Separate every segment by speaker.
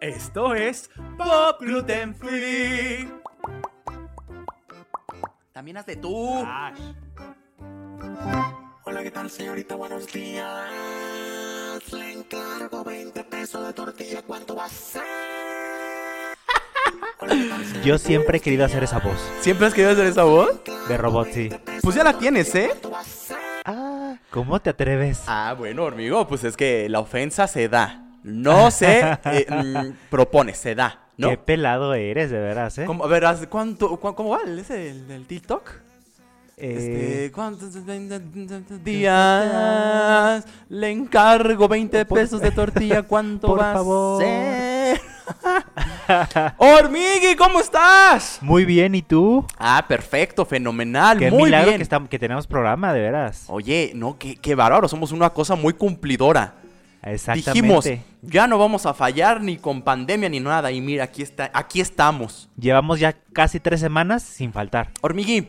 Speaker 1: Esto es Pop Gluten Free. También haz de tú.
Speaker 2: Hola, ¿qué tal, señorita? Buenos días. Le encargo 20 pesos de tortilla. ¿Cuánto va a ser? Hola, ¿qué tal, señorita?
Speaker 3: Yo siempre he querido hacer esa voz
Speaker 1: ¿Siempre has querido hacer esa voz?
Speaker 3: de robot, sí.
Speaker 1: Pues ya la tienes, ¿eh?
Speaker 3: Ah, ¿cómo te atreves?
Speaker 1: Ah, bueno, hormigo, pues es que la ofensa se da. No se eh, mm, propone, se da, ¿no?
Speaker 3: Qué pelado eres, de veras, ¿eh?
Speaker 1: ¿Cómo, a ver, haz- ¿cuánto, cu- ¿cómo va? ¿Es el del TikTok?
Speaker 3: Eh,
Speaker 1: Este, ¿cuántos días le encargo 20
Speaker 3: Por-
Speaker 1: pesos de tortilla? ¿Cuánto
Speaker 3: Por
Speaker 1: va
Speaker 3: favor.
Speaker 1: a ser? Hormigui, ¿cómo estás?
Speaker 3: Muy bien, ¿y tú?
Speaker 1: Ah, perfecto, fenomenal,
Speaker 3: Qué
Speaker 1: muy
Speaker 3: milagro
Speaker 1: bien. Oh,
Speaker 3: que, estam- que tenemos programa, de veras.
Speaker 1: Oye, no, qué, qué bárbaro, somos una cosa muy cumplidora.
Speaker 3: Exactamente.
Speaker 1: Dijimos, ya no vamos a fallar ni con pandemia ni nada. Y mira, aquí, está, aquí estamos.
Speaker 3: Llevamos ya casi tres semanas sin faltar.
Speaker 1: Hormigui,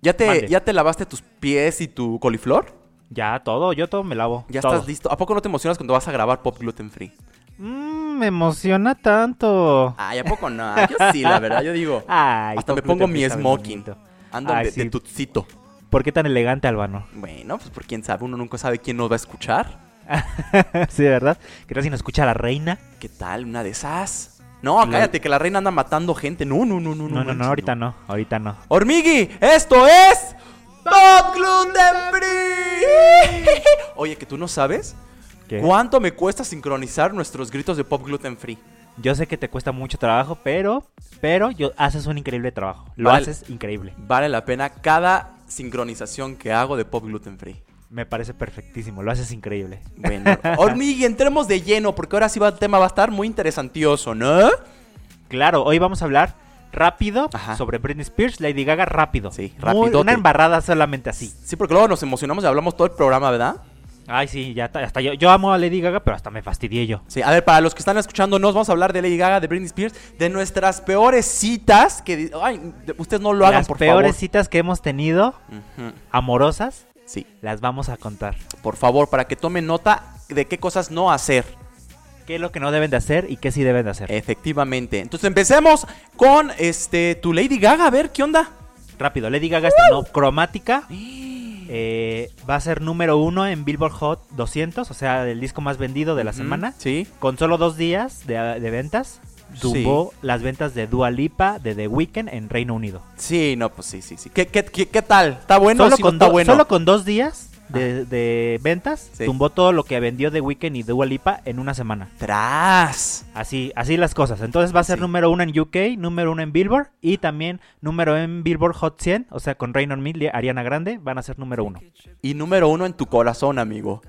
Speaker 1: ¿ya te,
Speaker 3: Mande.
Speaker 1: ¿ya te lavaste tus pies y tu coliflor?
Speaker 3: Ya todo, yo todo me lavo.
Speaker 1: ¿Ya
Speaker 3: todo.
Speaker 1: estás listo? ¿A poco no te emocionas cuando vas a grabar Pop Gluten Free?
Speaker 3: Mm, me emociona tanto.
Speaker 1: Ay, ¿a poco no? Yo sí, la verdad, yo digo.
Speaker 3: Ay,
Speaker 1: hasta me
Speaker 3: Pop Gluten
Speaker 1: pongo mi
Speaker 3: Free está bien
Speaker 1: smoking.
Speaker 3: bonito.
Speaker 1: Ando
Speaker 3: Ay,
Speaker 1: de, de
Speaker 3: sí.
Speaker 1: tutcito.
Speaker 3: ¿Por qué tan elegante, Albano?
Speaker 1: Bueno, pues por quién sabe, uno nunca sabe quién nos va a escuchar.
Speaker 3: sí, ¿verdad? ¿Qué tal si nos escucha la reina?
Speaker 1: ¿Qué tal? ¿Una de esas? No,
Speaker 3: La-
Speaker 1: cállate, que la reina anda matando gente. No, no, no, no.
Speaker 3: No, no, no,
Speaker 1: manches,
Speaker 3: ahorita no, ahorita no.
Speaker 1: Hormigui, esto es Pop Gluten Free. Oye, que tú no sabes
Speaker 3: ¿Qué?
Speaker 1: cuánto me cuesta sincronizar nuestros gritos de Pop Gluten Free.
Speaker 3: Yo sé que te cuesta mucho trabajo, pero, pero yo haces un increíble trabajo. Lo
Speaker 1: Vale.
Speaker 3: haces increíble.
Speaker 1: Vale la pena cada sincronización que hago de Pop Gluten Free.
Speaker 3: Me parece perfectísimo. Lo haces increíble.
Speaker 1: Bueno, Hormigui, entremos de lleno porque ahora sí va, el tema va a estar muy interesantioso, ¿no?
Speaker 3: Claro, hoy vamos a hablar rápido
Speaker 1: Ajá.
Speaker 3: sobre Britney Spears, Lady Gaga, rápido.
Speaker 1: Sí,
Speaker 3: Muy-
Speaker 1: rapidote.
Speaker 3: Una embarrada solamente así.
Speaker 1: Sí, porque luego nos emocionamos y hablamos todo el programa, ¿verdad?
Speaker 3: Ay, sí, ya ta- hasta yo, yo amo a Lady Gaga, pero hasta me fastidié yo.
Speaker 1: Sí, a ver, para los que están escuchándonos, vamos a hablar de Lady Gaga, de Britney Spears, de nuestras peores citas que... di- Ay, de- ustedes no lo hagan,
Speaker 3: Las
Speaker 1: por
Speaker 3: peores
Speaker 1: favor.
Speaker 3: citas que hemos tenido,
Speaker 1: Ujú.
Speaker 3: amorosas,
Speaker 1: Sí,
Speaker 3: las vamos a contar.
Speaker 1: por favor, para que tomen nota de qué cosas no hacer.
Speaker 3: ¿Qué es lo que no deben de hacer y qué sí deben de hacer?
Speaker 1: Efectivamente. Entonces empecemos con este tu Lady Gaga, a ver qué onda.
Speaker 3: Rápido, Lady Gaga estrenó Cromática. eh, va a ser número uno en Billboard Hot 200, o sea, el disco más vendido de la
Speaker 1: Ujú,
Speaker 3: semana.
Speaker 1: Sí.
Speaker 3: Con solo dos días de, de ventas, tumbó las ventas de Dua Lipa de The Weeknd en Reino Unido.
Speaker 1: Sí, no, pues sí, sí, sí. ¿Qué, qué, qué- qué tal? ¿Está bueno?
Speaker 3: solo,
Speaker 1: Sí, no
Speaker 3: con
Speaker 1: está
Speaker 3: do-
Speaker 1: bueno. Ah.
Speaker 3: solo con dos días de, de ventas,
Speaker 1: Sí.
Speaker 3: tumbó todo lo que vendió The Weeknd y Dua Lipa en una semana.
Speaker 1: Tras.
Speaker 3: Así, así las cosas. Entonces va a ser
Speaker 1: Sí.
Speaker 3: número uno en UK, número uno en Billboard y también número en Billboard Hot 100, o sea, con Rain on Me, de Ariana Grande, van a ser número uno.
Speaker 1: Y número uno en tu corazón, amigo.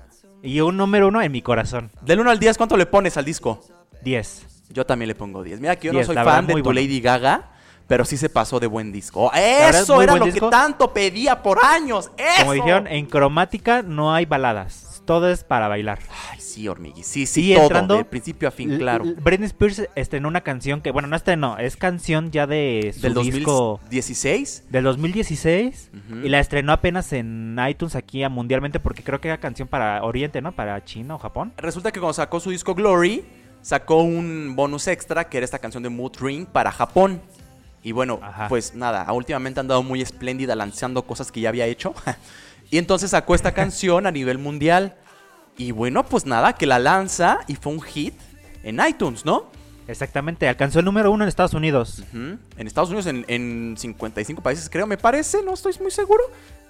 Speaker 3: Y un número uno en mi corazón,
Speaker 1: Del 1 al 10, ¿cuánto le pones al disco?
Speaker 3: 10.
Speaker 1: Yo también le pongo 10. Mira que yo no
Speaker 3: 10,
Speaker 1: soy
Speaker 3: la verdad,
Speaker 1: fan de
Speaker 3: muy
Speaker 1: tu
Speaker 3: bueno.
Speaker 1: Lady Gaga, pero sí se pasó de buen disco.
Speaker 3: verdad,
Speaker 1: Eso
Speaker 3: muy
Speaker 1: era
Speaker 3: buen
Speaker 1: lo
Speaker 3: disco.
Speaker 1: que tanto pedía por años. Eso.
Speaker 3: Como dijeron, eh, en cromática no hay baladas, todo es para bailar.
Speaker 1: Ay, sí, hormigui. Sí, sí,
Speaker 3: Y
Speaker 1: todo.
Speaker 3: entrando-
Speaker 1: de principio a fin,
Speaker 3: L-
Speaker 1: claro.
Speaker 3: L- Britney Spears estrenó una canción que, bueno, no estrenó, es canción ya de su
Speaker 1: Del
Speaker 3: disco
Speaker 1: 2016.
Speaker 3: del 2016
Speaker 1: Ujú.
Speaker 3: y la estrenó apenas en iTunes aquí a mundialmente porque creo que era canción para Oriente, ¿no? Para China o Japón.
Speaker 1: Resulta que cuando sacó su disco Glory, sacó un bonus extra que era esta canción de Mood Ring para Japón. Y bueno,
Speaker 3: Ajá.
Speaker 1: pues nada, últimamente han dado muy espléndida lanzando cosas que ya había hecho. y entonces sacó esta canción a nivel mundial. Y bueno, pues nada, que la lanza y fue un hit en iTunes, ¿no?
Speaker 3: Exactamente, alcanzó el número uno en Estados Unidos.
Speaker 1: Ujú. En Estados Unidos, en, en 55 países, creo, me parece, no estoy muy seguro.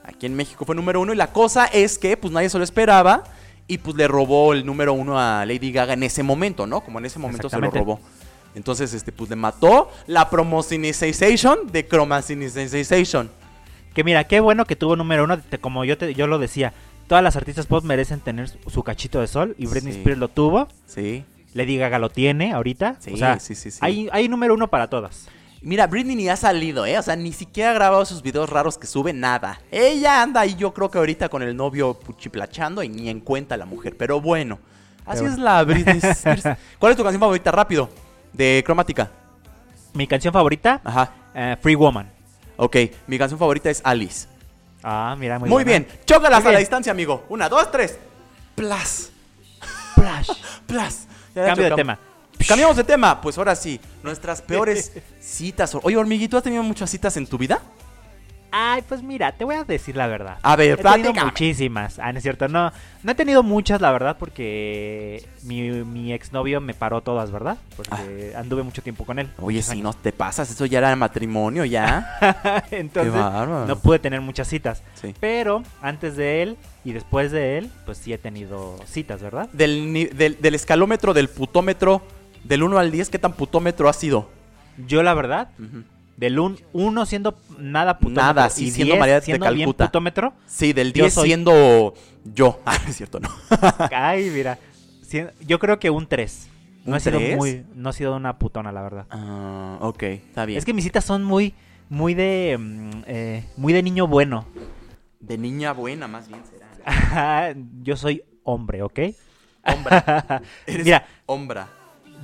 Speaker 1: Aquí en México fue número uno. Y la cosa es que, pues nadie se lo esperaba. Y pues le robó el número uno a Lady Gaga en ese momento, ¿no? Como en ese momento se lo
Speaker 3: Exactamente.
Speaker 1: robó. Entonces, este, pues le mató la promocinización de cromacinización.
Speaker 3: Que mira, qué bueno que tuvo número uno, te- como yo, te, yo lo decía, todas las artistas pop merecen tener su, su cachito de sol y Britney
Speaker 1: Sí.
Speaker 3: Spears lo tuvo,
Speaker 1: Sí.
Speaker 3: Lady Gaga lo tiene ahorita.
Speaker 1: Sí,
Speaker 3: o sea,
Speaker 1: sí, sí, sí.
Speaker 3: Hay, hay número uno para todas.
Speaker 1: Mira, Britney ni ha salido, ¿eh? O sea, ni siquiera ha grabado sus videos raros que sube, nada. Ella anda ahí, yo creo que ahorita con el novio puchiplachando y ni en cuenta la mujer. Pero bueno, así
Speaker 3: Pero
Speaker 1: es la Britney Spears. ¿Cuál es tu canción favorita? Rápido, de cromática.
Speaker 3: Mi canción favorita,
Speaker 1: Ajá.
Speaker 3: eh, Free Woman.
Speaker 1: Ok, mi canción favorita es Alice.
Speaker 3: Ah, mira, muy,
Speaker 1: Muy,
Speaker 3: buena.
Speaker 1: bien, chócalas
Speaker 3: Muy
Speaker 1: a la
Speaker 3: bien.
Speaker 1: distancia, amigo. Una, dos, tres. Plas,
Speaker 3: Splash.
Speaker 1: plas. Ya la
Speaker 3: Cambio de
Speaker 1: chocamos.
Speaker 3: tema.
Speaker 1: Cambiamos de tema. Pues ahora sí, nuestras peores citas. Oye, hormiguito, ¿has tenido muchas citas en tu vida?
Speaker 3: Ay, pues mira, te voy a decir la verdad.
Speaker 1: A ver,
Speaker 3: he tenido
Speaker 1: platícame.
Speaker 3: muchísimas. Ah, no es cierto, no. No he tenido muchas, la verdad, porque mi, mi exnovio me paró todas, ¿verdad? Porque
Speaker 1: Ah.
Speaker 3: anduve mucho tiempo con él.
Speaker 1: Oye, si no te pasas, eso ya era matrimonio, ya.
Speaker 3: Entonces,
Speaker 1: Qué bárbaro.
Speaker 3: no pude tener muchas citas.
Speaker 1: Sí.
Speaker 3: Pero antes de él y después de él, pues sí he tenido citas, ¿verdad?
Speaker 1: Del, ni- del, del escalómetro, del putómetro, del 1 al 10, ¿qué tan putómetro ha sido?
Speaker 3: Yo, la verdad, del un, uno siendo nada putómetro.
Speaker 1: Nada, sí,
Speaker 3: y
Speaker 1: siendo
Speaker 3: 10
Speaker 1: María de
Speaker 3: siendo
Speaker 1: Calcuta.
Speaker 3: Bien putómetro.
Speaker 1: Sí, del
Speaker 3: Yo
Speaker 1: 10
Speaker 3: soy-
Speaker 1: siendo yo. Ah, no es cierto, no.
Speaker 3: Ay, mira. Cien- Yo creo que un 3.
Speaker 1: ¿Un
Speaker 3: No ha sido
Speaker 1: tres?
Speaker 3: muy. No ha sido una putona, la verdad.
Speaker 1: Ah, ok, está bien.
Speaker 3: Es que mis citas son muy. Muy de. mm, eh, muy de niño bueno.
Speaker 1: De niña buena, más bien será.
Speaker 3: Yo soy hombre, ¿ok?
Speaker 1: Hombra. Eres
Speaker 3: Mira,
Speaker 1: Hombra.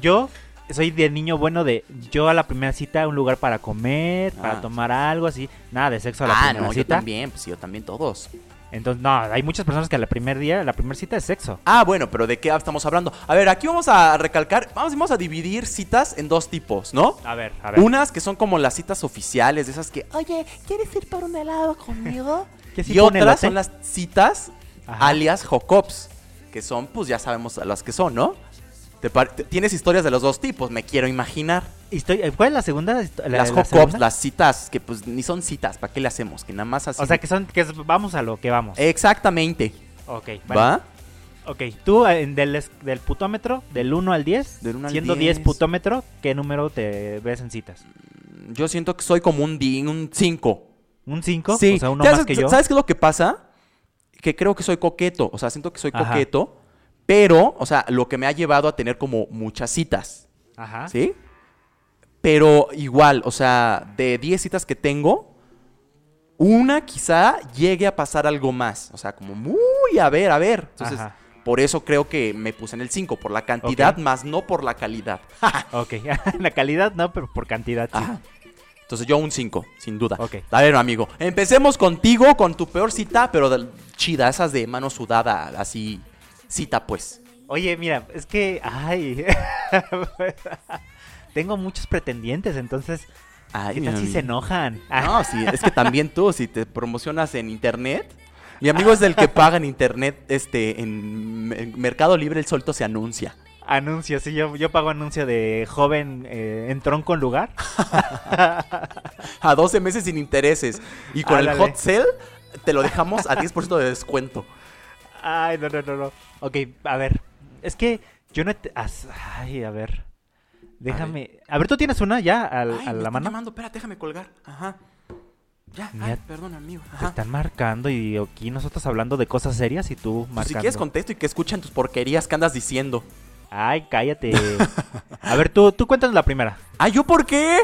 Speaker 3: yo soy de niño bueno de. Yo a la primera cita, un lugar para comer,
Speaker 1: Ah.
Speaker 3: para tomar algo, así. Nada de sexo a la
Speaker 1: Ah,
Speaker 3: primera
Speaker 1: no, yo
Speaker 3: cita.
Speaker 1: también, pues yo también todos.
Speaker 3: Entonces, no, hay muchas personas que a la primer día, la primera cita es sexo.
Speaker 1: Ah, bueno, pero ¿de qué estamos hablando? A ver, aquí vamos a recalcar, vamos, vamos a dividir citas en dos tipos, ¿no?
Speaker 3: A ver, a ver.
Speaker 1: Unas que son como las citas oficiales, de esas que, oye, ¿quieres ir por un helado conmigo?
Speaker 3: ¿Qué sí
Speaker 1: y
Speaker 3: pone
Speaker 1: otras
Speaker 3: elote?
Speaker 1: son las citas
Speaker 3: Ajá.
Speaker 1: alias Jocops, que son, pues ya sabemos a las que son, ¿no? Te par- te- tienes historias de los dos tipos, me quiero imaginar.
Speaker 3: Y estoy- eh, ¿Cuál es la segunda? La-
Speaker 1: las
Speaker 3: la
Speaker 1: Jocops,
Speaker 3: segunda.
Speaker 1: las citas, que pues ni son citas, ¿para qué le hacemos? Que nada más así.
Speaker 3: O sea, que son. que es- vamos a lo que vamos.
Speaker 1: Exactamente.
Speaker 3: ok, vale.
Speaker 1: Eh, ¿Va?
Speaker 3: Ok, tú eh, del, es- del putómetro, del 1 al 10,
Speaker 1: Del 1 al
Speaker 3: siendo 10
Speaker 1: 10.
Speaker 3: putómetro, ¿qué número te ves en citas?
Speaker 1: Yo siento que soy como un 5.
Speaker 3: ¿Un 5?
Speaker 1: Sí.
Speaker 3: O sea, uno
Speaker 1: ¿Sabes-
Speaker 3: más que yo.
Speaker 1: ¿Sabes qué es lo que pasa? Que creo que soy coqueto. O sea, siento que soy
Speaker 3: Ajá.
Speaker 1: coqueto. Pero, o sea, lo que me ha llevado a tener como muchas citas.
Speaker 3: Ajá.
Speaker 1: ¿Sí? Pero igual, o sea, de 10 citas que tengo, una quizá llegue a pasar algo más. O sea, como muy a ver, a ver. Entonces,
Speaker 3: Ajá.
Speaker 1: por eso creo que me puse en el 5, por la cantidad
Speaker 3: Ok.
Speaker 1: más no por la calidad.
Speaker 3: Ok, la calidad no, pero por cantidad sí.
Speaker 1: Ajá. Entonces yo un 5, sin duda.
Speaker 3: Ok.
Speaker 1: A ver, amigo, empecemos contigo con tu peor cita, pero del- chida, esas de mano sudada, así cita pues.
Speaker 3: Oye, mira, es que, ay, tengo muchos pretendientes, entonces,
Speaker 1: Ay,
Speaker 3: ¿qué tal
Speaker 1: mi
Speaker 3: si se
Speaker 1: amigo.
Speaker 3: enojan?
Speaker 1: No, sí, es que también tú, si te promocionas en internet, mi amigo es del que paga en internet, este, en, me- en Mercado Libre el solto se anuncia.
Speaker 3: Anuncio, sí, yo, yo pago anuncio de joven eh, en tronco en lugar.
Speaker 1: A 12 meses sin intereses. Y con el
Speaker 3: Ándale.
Speaker 1: hot sale te lo dejamos a 10% de descuento.
Speaker 3: Ay, no, no, no, no. Ok, a ver. Es que yo no. te- as- Ay, a ver. Déjame. A ver, tú tienes una ya al-
Speaker 1: Ay,
Speaker 3: a
Speaker 1: me
Speaker 3: la
Speaker 1: están
Speaker 3: mano.
Speaker 1: llamando, espérate, déjame colgar. Ajá. Ya,
Speaker 3: Mira.
Speaker 1: ay, perdón, amigo.
Speaker 3: Te
Speaker 1: Ajá.
Speaker 3: están marcando y aquí nosotros hablando de cosas serias y tú
Speaker 1: Pues si
Speaker 3: marcando.
Speaker 1: quieres contesto y que escuchen tus porquerías que andas diciendo.
Speaker 3: Ay, cállate. a ver, tú, tú cuéntanos la primera.
Speaker 1: ¿Ah, yo por qué?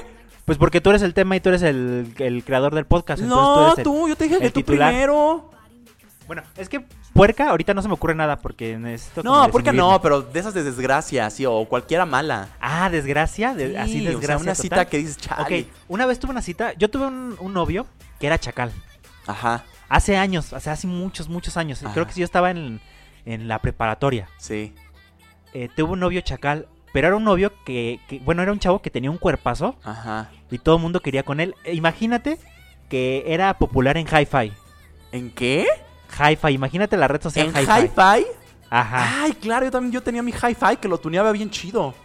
Speaker 3: Pues porque tú eres el tema y tú eres el, el creador del podcast. entonces
Speaker 1: No,
Speaker 3: eres el-
Speaker 1: tú, yo te dije que
Speaker 3: el
Speaker 1: tú
Speaker 3: titular.
Speaker 1: primero.
Speaker 3: Bueno, es que puerca, ahorita no se me ocurre nada porque necesito. como
Speaker 1: No, porque
Speaker 3: desinhibirme.
Speaker 1: no, pero de esas de desgracia, sí, o cualquiera mala.
Speaker 3: Ah, desgracia. de-
Speaker 1: Sí,
Speaker 3: así
Speaker 1: o sea,
Speaker 3: desgracia.
Speaker 1: una
Speaker 3: total.
Speaker 1: cita que dices, chale.
Speaker 3: Ok, una vez tuve una cita, yo tuve un, un novio que era chacal.
Speaker 1: Ajá,
Speaker 3: Hace años, hace, hace muchos, muchos años.
Speaker 1: Ajá.
Speaker 3: Creo que sí, yo estaba en, en la preparatoria.
Speaker 1: sí.
Speaker 3: Eh, tuve un novio chacal, pero era un novio que, que- bueno, era un chavo que tenía un cuerpazo
Speaker 1: Ajá.
Speaker 3: y todo el mundo quería con él. Eh, imagínate que era popular en hi-fi.
Speaker 1: ¿En qué?
Speaker 3: Hi-fi, imagínate la red social
Speaker 1: ¿En
Speaker 3: hi-fi.
Speaker 1: hi-fi?
Speaker 3: Ajá.
Speaker 1: Ay, claro, yo también yo tenía mi hi-fi que lo tuneaba bien chido.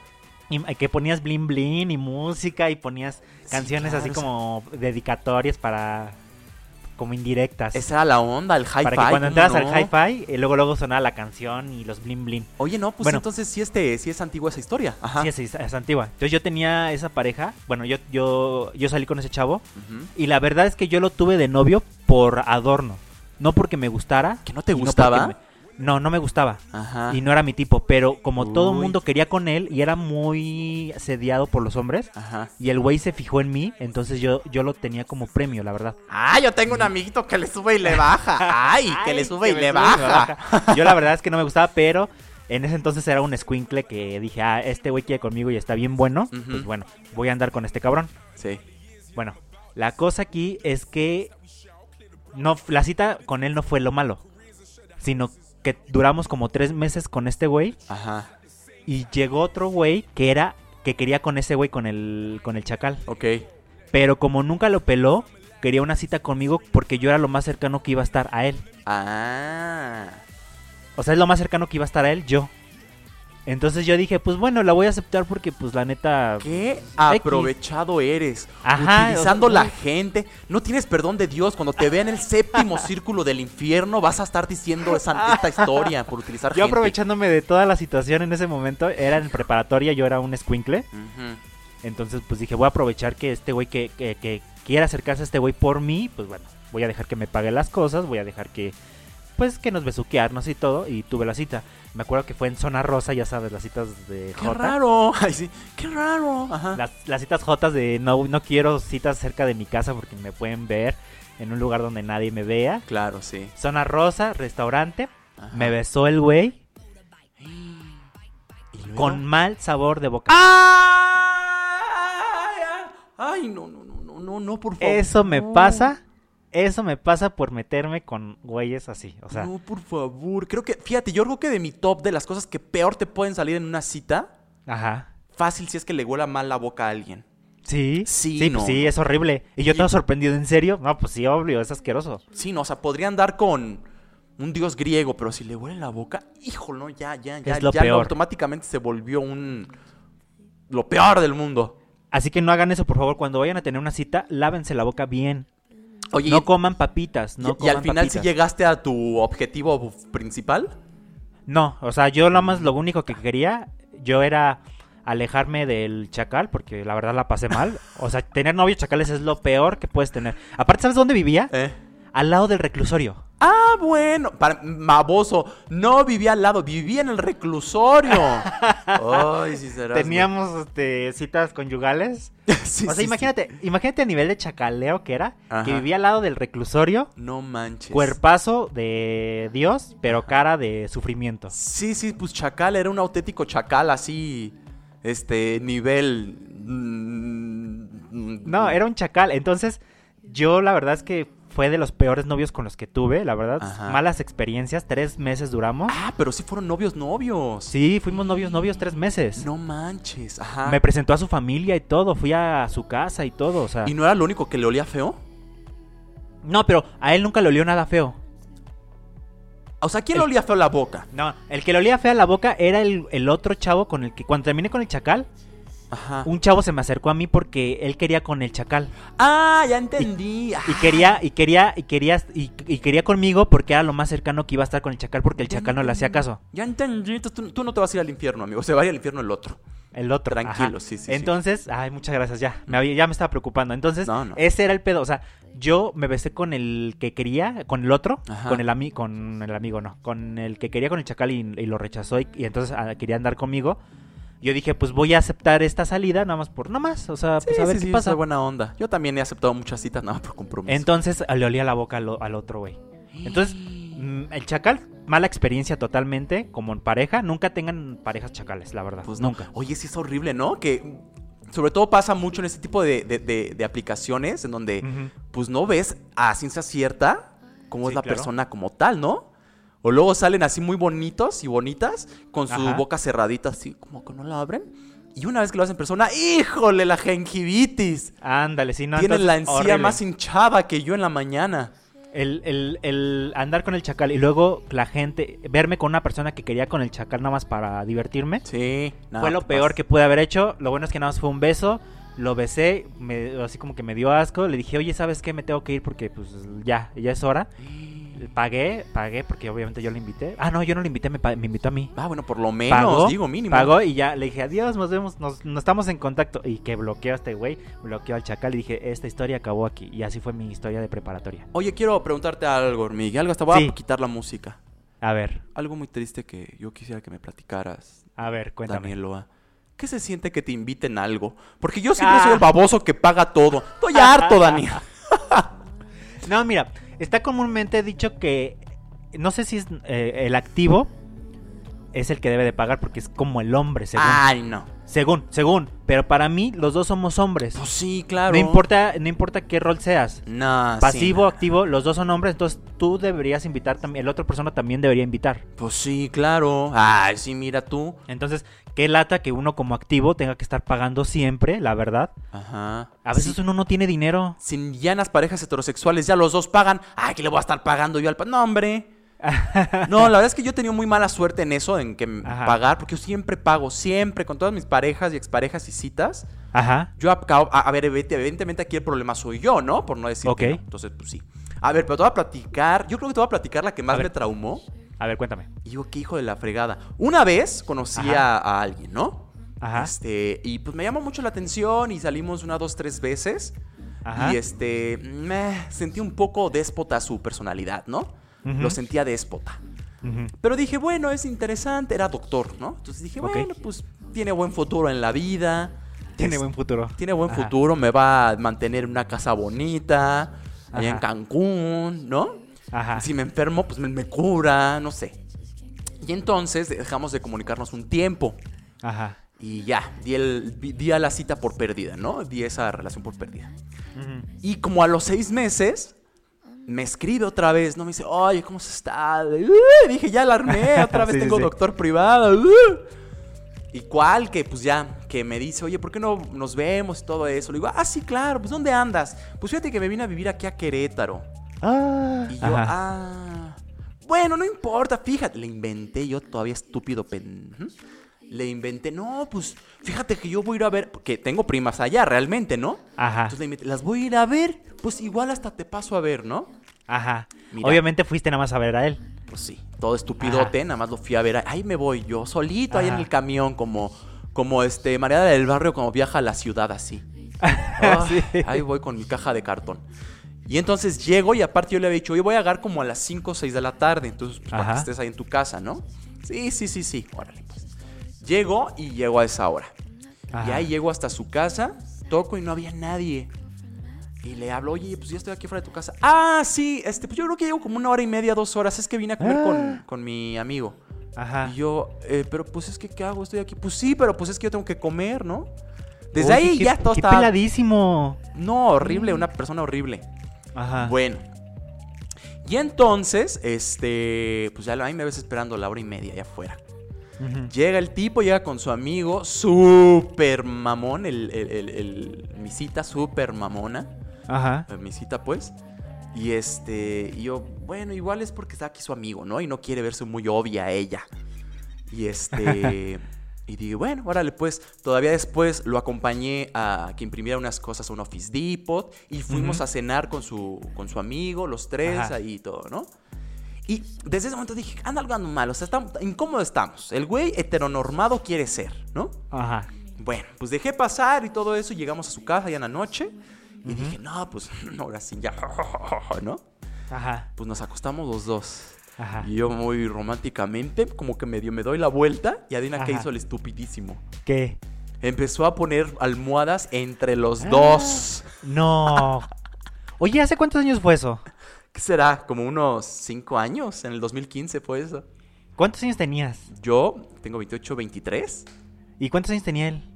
Speaker 3: Y, eh, que ponías blin blin y música y ponías
Speaker 1: Sí,
Speaker 3: canciones
Speaker 1: claro,
Speaker 3: así
Speaker 1: o sea-
Speaker 3: como dedicatorias para... como indirectas.
Speaker 1: Esa era la onda, el hi-fi.
Speaker 3: Para que cuando
Speaker 1: ¿cómo
Speaker 3: entras
Speaker 1: no?
Speaker 3: al hi-fi, eh, luego luego sonaba la canción y los blin blin.
Speaker 1: Oye, no, pues
Speaker 3: Bueno.
Speaker 1: entonces sí, este, sí es antigua esa historia. Ajá.
Speaker 3: Sí, es, es- es antigua. Entonces yo tenía esa pareja, bueno, yo, yo, yo salí con ese chavo
Speaker 1: Ujú.
Speaker 3: y la verdad es que yo lo tuve de novio por adorno, no porque me gustara.
Speaker 1: ¿Que no te
Speaker 3: y porque
Speaker 1: gustaba?
Speaker 3: me- no, no me gustaba.
Speaker 1: Ajá.
Speaker 3: Y no era mi tipo, pero como todo el
Speaker 1: Uy.
Speaker 3: mundo quería con él y era muy sediado por los hombres,
Speaker 1: Ajá.
Speaker 3: y el güey se fijó en mí, entonces yo, yo lo tenía como premio, la verdad.
Speaker 1: Ah, yo tengo un amiguito que le sube y le baja. Ay, que le
Speaker 3: Ay,
Speaker 1: sube y
Speaker 3: me
Speaker 1: le
Speaker 3: sube y me
Speaker 1: baja.
Speaker 3: baja. Yo la verdad es que no me gustaba, pero en ese entonces era un squinkle que dije, ah, este güey quiere conmigo y está bien bueno.
Speaker 1: Ujú.
Speaker 3: Pues bueno, voy a andar con este cabrón.
Speaker 1: Sí.
Speaker 3: Bueno, la cosa aquí es que no, la cita con él no fue lo malo, sino que duramos como tres meses con este güey
Speaker 1: Ajá.
Speaker 3: Y llegó otro güey que era que quería con ese güey con el con el chacal,
Speaker 1: Ok.
Speaker 3: pero como nunca lo peló, quería una cita conmigo porque yo era lo más cercano que iba a estar a él.
Speaker 1: Ah.
Speaker 3: O sea, es lo más cercano que iba a estar a él yo. Entonces yo dije, pues bueno, la voy a aceptar porque pues la neta
Speaker 1: Qué aprovechado eres.
Speaker 3: Ajá,
Speaker 1: utilizando
Speaker 3: o sea,
Speaker 1: la gente. No tienes perdón de Dios. Cuando te vean el séptimo círculo del infierno, vas a estar diciendo esa, esta historia por utilizar
Speaker 3: Yo
Speaker 1: gente.
Speaker 3: aprovechándome de toda la situación en ese momento, era en preparatoria, yo era un escuincle.
Speaker 1: Ujú.
Speaker 3: Entonces, pues dije, voy a aprovechar que este güey que, que- que quiera acercarse a este güey por mí, pues bueno, voy a dejar que me pague las cosas, voy a dejar que, pues que nos besuquearnos y todo. Y tuve la cita. Me acuerdo que fue en Zona Rosa, ya sabes, las citas de
Speaker 1: Qué
Speaker 3: J.
Speaker 1: raro. Ay, sí. Qué raro. Ajá.
Speaker 3: Las, las citas J de no, no quiero citas cerca de mi casa porque me pueden ver en un lugar donde nadie me vea.
Speaker 1: Claro, sí.
Speaker 3: Zona Rosa, restaurante.
Speaker 1: Ajá.
Speaker 3: Me besó el güey
Speaker 1: ¿Y luego?
Speaker 3: con mal sabor de
Speaker 1: Ah,
Speaker 3: boca.
Speaker 1: ¡Ay! ay, ay, no, no, no, no, no, no, por favor.
Speaker 3: Eso me
Speaker 1: oh, No.
Speaker 3: pasa. Eso me pasa por meterme con güeyes así. O sea,
Speaker 1: No, por favor. Creo que, fíjate, yo creo que de mi top de las cosas que peor te pueden salir en una cita,
Speaker 3: ajá.
Speaker 1: fácil si es que le huela mal la boca a alguien.
Speaker 3: Sí,
Speaker 1: Sí,
Speaker 3: sí,
Speaker 1: no.
Speaker 3: pues sí, es horrible. Y yo todo sorprendido, ¿en serio? No, pues sí, obvio, es asqueroso.
Speaker 1: Sí, no, o sea, podría andar con un dios griego, pero si le huele la boca, híjole, no, ya, ya, ya,
Speaker 3: Es lo
Speaker 1: ya no,
Speaker 3: peor.
Speaker 1: automáticamente se volvió un lo peor del mundo.
Speaker 3: Así que no hagan eso, por favor. Cuando vayan a tener una cita, lávense la boca bien.
Speaker 1: Oye,
Speaker 3: no
Speaker 1: y-
Speaker 3: coman papitas, no
Speaker 1: y, y al
Speaker 3: coman
Speaker 1: final si
Speaker 3: papitas.
Speaker 1: llegaste a tu objetivo principal.
Speaker 3: No, o sea, yo nada más lo único que quería, yo era alejarme del chacal, porque la verdad la pasé mal. O sea, tener novios chacales es lo peor que puedes tener. Aparte, ¿sabes dónde vivía?
Speaker 1: ¿eh?
Speaker 3: Al lado del reclusorio.
Speaker 1: Ah, bueno, para, baboso, no vivía al lado, vivía en el reclusorio. Ay, sí serás, güey.
Speaker 3: Teníamos este, citas conyugales.
Speaker 1: Sí,
Speaker 3: o sea,
Speaker 1: sí, sí.
Speaker 3: imagínate, imagínate a nivel de chacaleo que era, que
Speaker 1: Ajá.
Speaker 3: vivía al lado del reclusorio,
Speaker 1: No manches.
Speaker 3: cuerpazo de Dios, pero cara de sufrimiento.
Speaker 1: Sí, sí, pues Chacal era un auténtico Chacal así, este, nivel... mm,
Speaker 3: No, era un chacal. Entonces, yo la verdad es que fue de los peores novios con los que tuve, la verdad.
Speaker 1: Ajá.
Speaker 3: Malas experiencias, tres meses duramos.
Speaker 1: Ah, pero sí fueron novios, novios.
Speaker 3: Sí, fuimos novios, novios, tres meses.
Speaker 1: No manches, ajá.
Speaker 3: Me presentó a su familia y todo, fui a su casa y todo, o sea.
Speaker 1: ¿Y no era lo único que le olía feo?
Speaker 3: No, pero a él nunca le olió nada feo.
Speaker 1: O sea, ¿quién
Speaker 3: El-
Speaker 1: le olía feo la boca?
Speaker 3: No, el que le olía fea la boca era el, el otro chavo con el que cuando terminé con el chacal,
Speaker 1: Ajá.
Speaker 3: un chavo se me acercó a mí porque él quería con el chacal
Speaker 1: Ah, ya entendí.
Speaker 3: y quería y quería y quería y, y quería conmigo porque era lo más cercano que iba a estar con el chacal porque el
Speaker 1: Ya
Speaker 3: chacal no le hacía
Speaker 1: entendí.
Speaker 3: caso.
Speaker 1: Ya entendí. Entonces, Tú, tú no te vas a ir al infierno, amigo. Se va a ir al infierno el otro.
Speaker 3: El otro.
Speaker 1: Tranquilo, sí, sí, sí.
Speaker 3: Entonces, ay, muchas gracias, ya. Me había- ya me estaba preocupando. Entonces,
Speaker 1: No, no.
Speaker 3: ese era el pedo. O sea, yo me besé con el que quería, con el otro,
Speaker 1: Ajá.
Speaker 3: con el amigo, con el amigo, no, con el que quería con el chacal y, y lo rechazó y, y entonces ah, quería andar conmigo. Yo dije, pues voy a aceptar esta salida, nada más por nada más. O sea, pues a ver qué
Speaker 1: fue
Speaker 3: pasa.
Speaker 1: buena onda. Yo también he aceptado muchas citas nada por compromiso.
Speaker 3: Entonces ah, le olía la boca al, o- al otro, güey. Entonces, mm, el chacal, mala experiencia totalmente, como en pareja. Nunca tengan parejas chacales, la verdad.
Speaker 1: Pues no.
Speaker 3: nunca.
Speaker 1: Oye, sí es horrible, ¿no? Que sobre todo pasa mucho en este tipo de, de- de- de aplicaciones en donde
Speaker 3: Ujú.
Speaker 1: pues no ves a ciencia cierta cómo
Speaker 3: Sí,
Speaker 1: es la
Speaker 3: claro.
Speaker 1: persona como tal, ¿no? O luego salen así muy bonitos y bonitas con su
Speaker 3: Ajá.
Speaker 1: boca cerradita así como que no la abren. Y una vez que lo hacen en persona, ¡híjole, la gingivitis!
Speaker 3: Ándale, sí, no.
Speaker 1: Tienen la
Speaker 3: entonces,
Speaker 1: encía
Speaker 3: horrible.
Speaker 1: más hinchada que yo en la mañana.
Speaker 3: El, el- el andar con el chacal y luego la gente, verme con una persona que quería con el chacal nada más para divertirme,
Speaker 1: Sí. no,
Speaker 3: fue lo
Speaker 1: te
Speaker 3: peor
Speaker 1: pasas.
Speaker 3: que pude haber hecho. Lo bueno es que nada más fue un beso, lo besé, me- así como que me dio asco. Le dije, oye, ¿sabes qué? Me tengo que ir porque pues ya, ya es hora. Pagué, pagué porque obviamente yo le invité. Ah, no, yo no le invité, me, pa- me invitó a mí.
Speaker 1: Ah, bueno, por lo menos,
Speaker 3: Pagó,
Speaker 1: digo, mínimo.
Speaker 3: Pagó y ya le dije, adiós, nos vemos, nos, nos estamos en contacto. Y que bloqueó a este güey, bloqueó al chacal y dije, esta historia acabó aquí. Y así fue mi historia de preparatoria.
Speaker 1: Oye, quiero preguntarte algo, Miguel. Algo hasta voy
Speaker 3: Sí.
Speaker 1: a quitar la música.
Speaker 3: A ver,
Speaker 1: Algo muy triste que yo quisiera que me platicaras,
Speaker 3: a ver, cuéntame.
Speaker 1: Danieloa. ¿Qué se siente que te inviten a algo? Porque yo siempre soy
Speaker 3: Ah.
Speaker 1: el baboso que paga todo. Estoy harto, Daniel.
Speaker 3: No, mira, está comúnmente dicho que no sé si es eh, el activo es el que debe de pagar porque es como el hombre, según.
Speaker 1: Ay, no.
Speaker 3: Según, según. Pero para mí, los dos somos hombres.
Speaker 1: Pues sí, claro.
Speaker 3: No importa, no importa qué rol seas.
Speaker 1: No, sí,
Speaker 3: Pasivo,
Speaker 1: no.
Speaker 3: activo, los dos son hombres, entonces tú deberías invitar también, el otro persona también debería invitar.
Speaker 1: Pues sí, claro. Ay, sí, mira tú.
Speaker 3: Entonces, qué lata que uno como activo tenga que estar pagando siempre, la verdad.
Speaker 1: Ajá.
Speaker 3: A veces
Speaker 1: Sí,
Speaker 3: uno no tiene dinero.
Speaker 1: sin ya en las parejas heterosexuales ya los dos pagan. Ay, que le voy a estar pagando yo al... pa-? No, hombre. No, la verdad es que yo he tenido muy mala suerte en eso, en que m-
Speaker 3: Ajá.
Speaker 1: pagar, porque yo siempre pago, siempre, con todas mis parejas y exparejas y citas.
Speaker 3: Ajá.
Speaker 1: Yo acabo, a, a ver, evidente- evidentemente aquí el problema soy yo, ¿no? Por no decir. que
Speaker 3: Ok.
Speaker 1: no. Entonces, pues sí. A ver, pero te voy a platicar. Yo creo que te voy a platicar la que más
Speaker 3: A ver.
Speaker 1: me traumó.
Speaker 3: A ver, cuéntame.
Speaker 1: Y yo, qué hijo de la fregada. Una vez conocí a,
Speaker 3: Ajá.
Speaker 1: a alguien, ¿no?
Speaker 3: Ajá.
Speaker 1: Este, y pues me llamó mucho la atención y salimos una, dos, tres veces.
Speaker 3: Ajá.
Speaker 1: Y este, meh, sentí un poco déspota su personalidad, ¿no?
Speaker 3: Ujú.
Speaker 1: Lo sentía déspota.
Speaker 3: Ujú.
Speaker 1: Pero dije, bueno, es interesante, era doctor, ¿no? Entonces dije,
Speaker 3: Ok.
Speaker 1: bueno, pues tiene buen futuro en la vida.
Speaker 3: Tiene
Speaker 1: Es-
Speaker 3: buen futuro.
Speaker 1: Tiene buen
Speaker 3: Ajá.
Speaker 1: futuro, me va a mantener en una casa bonita, allá en
Speaker 3: Ajá. Ah.
Speaker 1: Cancún, ¿no?
Speaker 3: Ajá.
Speaker 1: Si me enfermo, pues me, me cura, no sé. Y entonces dejamos de comunicarnos un tiempo.
Speaker 3: Ajá.
Speaker 1: Y ya, di, el, di a la cita por pérdida, ¿no? Di esa relación por pérdida.
Speaker 3: Ujú.
Speaker 1: Y como a los seis meses, me escribe otra vez, ¿no? Me dice, oye, ¿cómo has estado? Y, "Uh", dije, ya la armé, otra vez
Speaker 3: Sí, sí,
Speaker 1: tengo
Speaker 3: sí.
Speaker 1: doctor privado. "Uh". ¿Y cuál? Que pues ya, que me dice, oye, ¿por qué no nos vemos y todo eso? Le digo, ah, sí, claro, pues ¿dónde andas? Pues fíjate que me vine a vivir aquí a Querétaro. Y yo,
Speaker 3: Ajá.
Speaker 1: ah. Bueno, no importa, fíjate. Le inventé yo todavía estúpido pen. ujú. Le inventé, no, pues fíjate que yo voy a ir a ver, porque tengo primas allá realmente, ¿no?
Speaker 3: Ajá.
Speaker 1: Entonces le inventé, las voy a ir a ver, pues igual hasta te paso a ver, ¿no?
Speaker 3: Ajá.
Speaker 1: Mira.
Speaker 3: Obviamente fuiste nada más a ver a él.
Speaker 1: Pues sí, todo estupidote, nada más lo fui a ver. Ahí me voy yo, solito ahí en
Speaker 3: Ajá.
Speaker 1: el camión, como, como este, María del Barrio, como viaja a la ciudad así. Ah,
Speaker 3: Sí.
Speaker 1: Ahí voy con mi caja de cartón. Y entonces llego y aparte yo le había dicho, hoy voy a llegar como a las 5 o 6 de la tarde, entonces pues, para que
Speaker 3: Ajá.
Speaker 1: estés ahí en tu casa, ¿no? Sí, sí, sí, sí, órale. pues. Llego y llego a esa hora. Y
Speaker 3: Ajá.
Speaker 1: ahí llego hasta su casa, toco y no había nadie. Y le hablo, oye, pues ya estoy aquí fuera de tu casa. Ah, sí, este, pues yo creo que llevo como una hora y media, dos horas. Es que vine a comer
Speaker 3: Ah.
Speaker 1: con, con mi amigo.
Speaker 3: Ajá.
Speaker 1: Y yo, eh, pero pues es que, ¿qué hago? Estoy aquí. Pues sí, pero pues es que yo tengo que comer, ¿no? Desde
Speaker 3: Uy,
Speaker 1: ahí
Speaker 3: qué-
Speaker 1: ya todo
Speaker 3: qué
Speaker 1: estaba.
Speaker 3: peladísimo.
Speaker 1: No, horrible, una persona horrible.
Speaker 3: Ajá.
Speaker 1: Bueno. Y entonces, este, pues ya ahí me ves esperando la hora y media allá afuera.
Speaker 3: Ujú.
Speaker 1: Llega el tipo, llega con su amigo, súper mamón, el, el, el- el- mi cita súper mamona,
Speaker 3: Ajá.
Speaker 1: eh, mi cita pues. Y este, y yo, bueno, igual es porque está aquí su amigo, ¿no? Y no quiere verse muy obvia ella. Y este, y digo, bueno, órale, pues, todavía después lo acompañé a que imprimiera unas cosas a un Office Depot y fuimos
Speaker 3: Ujú.
Speaker 1: a cenar con su, con su amigo, los tres,
Speaker 3: Ajá.
Speaker 1: ahí y todo, ¿no? Y desde ese momento dije, anda algo ando mal, o sea, estamos, incómodo estamos. El güey heteronormado quiere ser, ¿no?
Speaker 3: Ajá.
Speaker 1: Bueno, pues dejé pasar y todo eso, y llegamos a su casa ya en la noche. Y dije, no, pues ahora sí, ya, ¿no?
Speaker 3: Ajá.
Speaker 1: Pues nos acostamos los dos.
Speaker 3: Ajá.
Speaker 1: Y yo muy románticamente, como que medio me doy la vuelta, y adivina qué
Speaker 3: Ajá.
Speaker 1: hizo el estupidísimo.
Speaker 3: ¿Qué?
Speaker 1: Empezó a poner almohadas entre los
Speaker 3: Ah.
Speaker 1: dos.
Speaker 3: No. Oye, ¿hace cuántos años fue eso?
Speaker 1: ¿Qué será? Como unos cinco años, en el 2015 fue eso.
Speaker 3: ¿Cuántos años tenías?
Speaker 1: Yo tengo 28, 23.
Speaker 3: ¿Y cuántos años tenía él?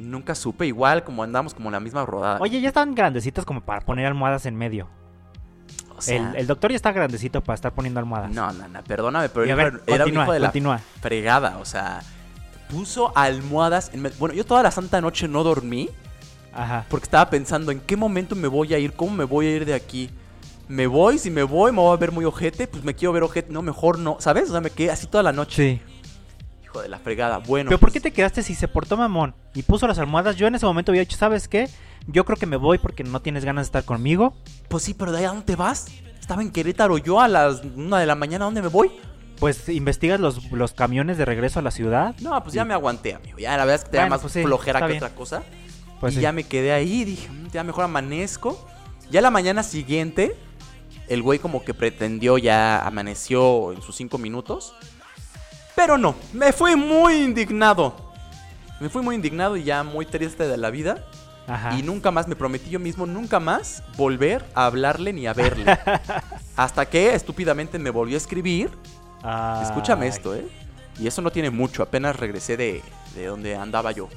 Speaker 1: Nunca supe, igual como andamos como en la misma rodada.
Speaker 3: Oye, ya estaban grandecitos como para poner almohadas en medio.
Speaker 1: O sea,
Speaker 3: el, el doctor ya está grandecito para estar poniendo almohadas.
Speaker 1: No, no, no, perdóname, pero
Speaker 3: Y a
Speaker 1: era,
Speaker 3: ver,
Speaker 1: era un
Speaker 3: continúa,
Speaker 1: hijo de
Speaker 3: continúa.
Speaker 1: la fregada, o sea, puso almohadas. en me- Bueno, yo toda la santa noche no dormí
Speaker 3: Ajá.
Speaker 1: porque estaba pensando en qué momento me voy a ir, cómo me voy a ir de aquí. Me voy, si me voy, me voy a ver muy ojete, pues me quiero ver ojete, no, mejor no, ¿sabes? O sea, me quedé así toda la noche,
Speaker 3: Sí.
Speaker 1: hijo de la fregada. Bueno,
Speaker 3: Pero ¿por qué
Speaker 1: pues,
Speaker 3: te quedaste si se portó mamón y puso las almohadas? Yo en ese momento había dicho, ¿sabes qué? Yo creo que me voy porque no tienes ganas de estar conmigo.
Speaker 1: pues sí, pero de ahí a dónde vas? Estaba en Querétaro yo a las una de la mañana, ¿a dónde me voy?
Speaker 3: Pues investigas los, los camiones de regreso a la ciudad.
Speaker 1: No, pues ya
Speaker 3: Sí.
Speaker 1: me aguanté, amigo. Ya la verdad es que te da
Speaker 3: Bueno,
Speaker 1: más
Speaker 3: pues sí,
Speaker 1: flojera que
Speaker 3: está bien.
Speaker 1: otra cosa.
Speaker 3: Pues
Speaker 1: y
Speaker 3: sí.
Speaker 1: ya me quedé ahí, dije, "Mm, ya mejor amanezco. Ya la mañana siguiente, el güey como que pretendió ya amaneció en sus cinco minutos. Pero no, me fui muy indignado. Me fui muy indignado y ya muy triste de la vida.
Speaker 3: Ajá.
Speaker 1: Y nunca más, me prometí yo mismo, nunca más volver a hablarle ni a verle. Hasta que estúpidamente me volvió a escribir. Escúchame
Speaker 3: Ay.
Speaker 1: esto, ¿eh? Y eso no tiene mucho, apenas regresé de, de donde andaba yo.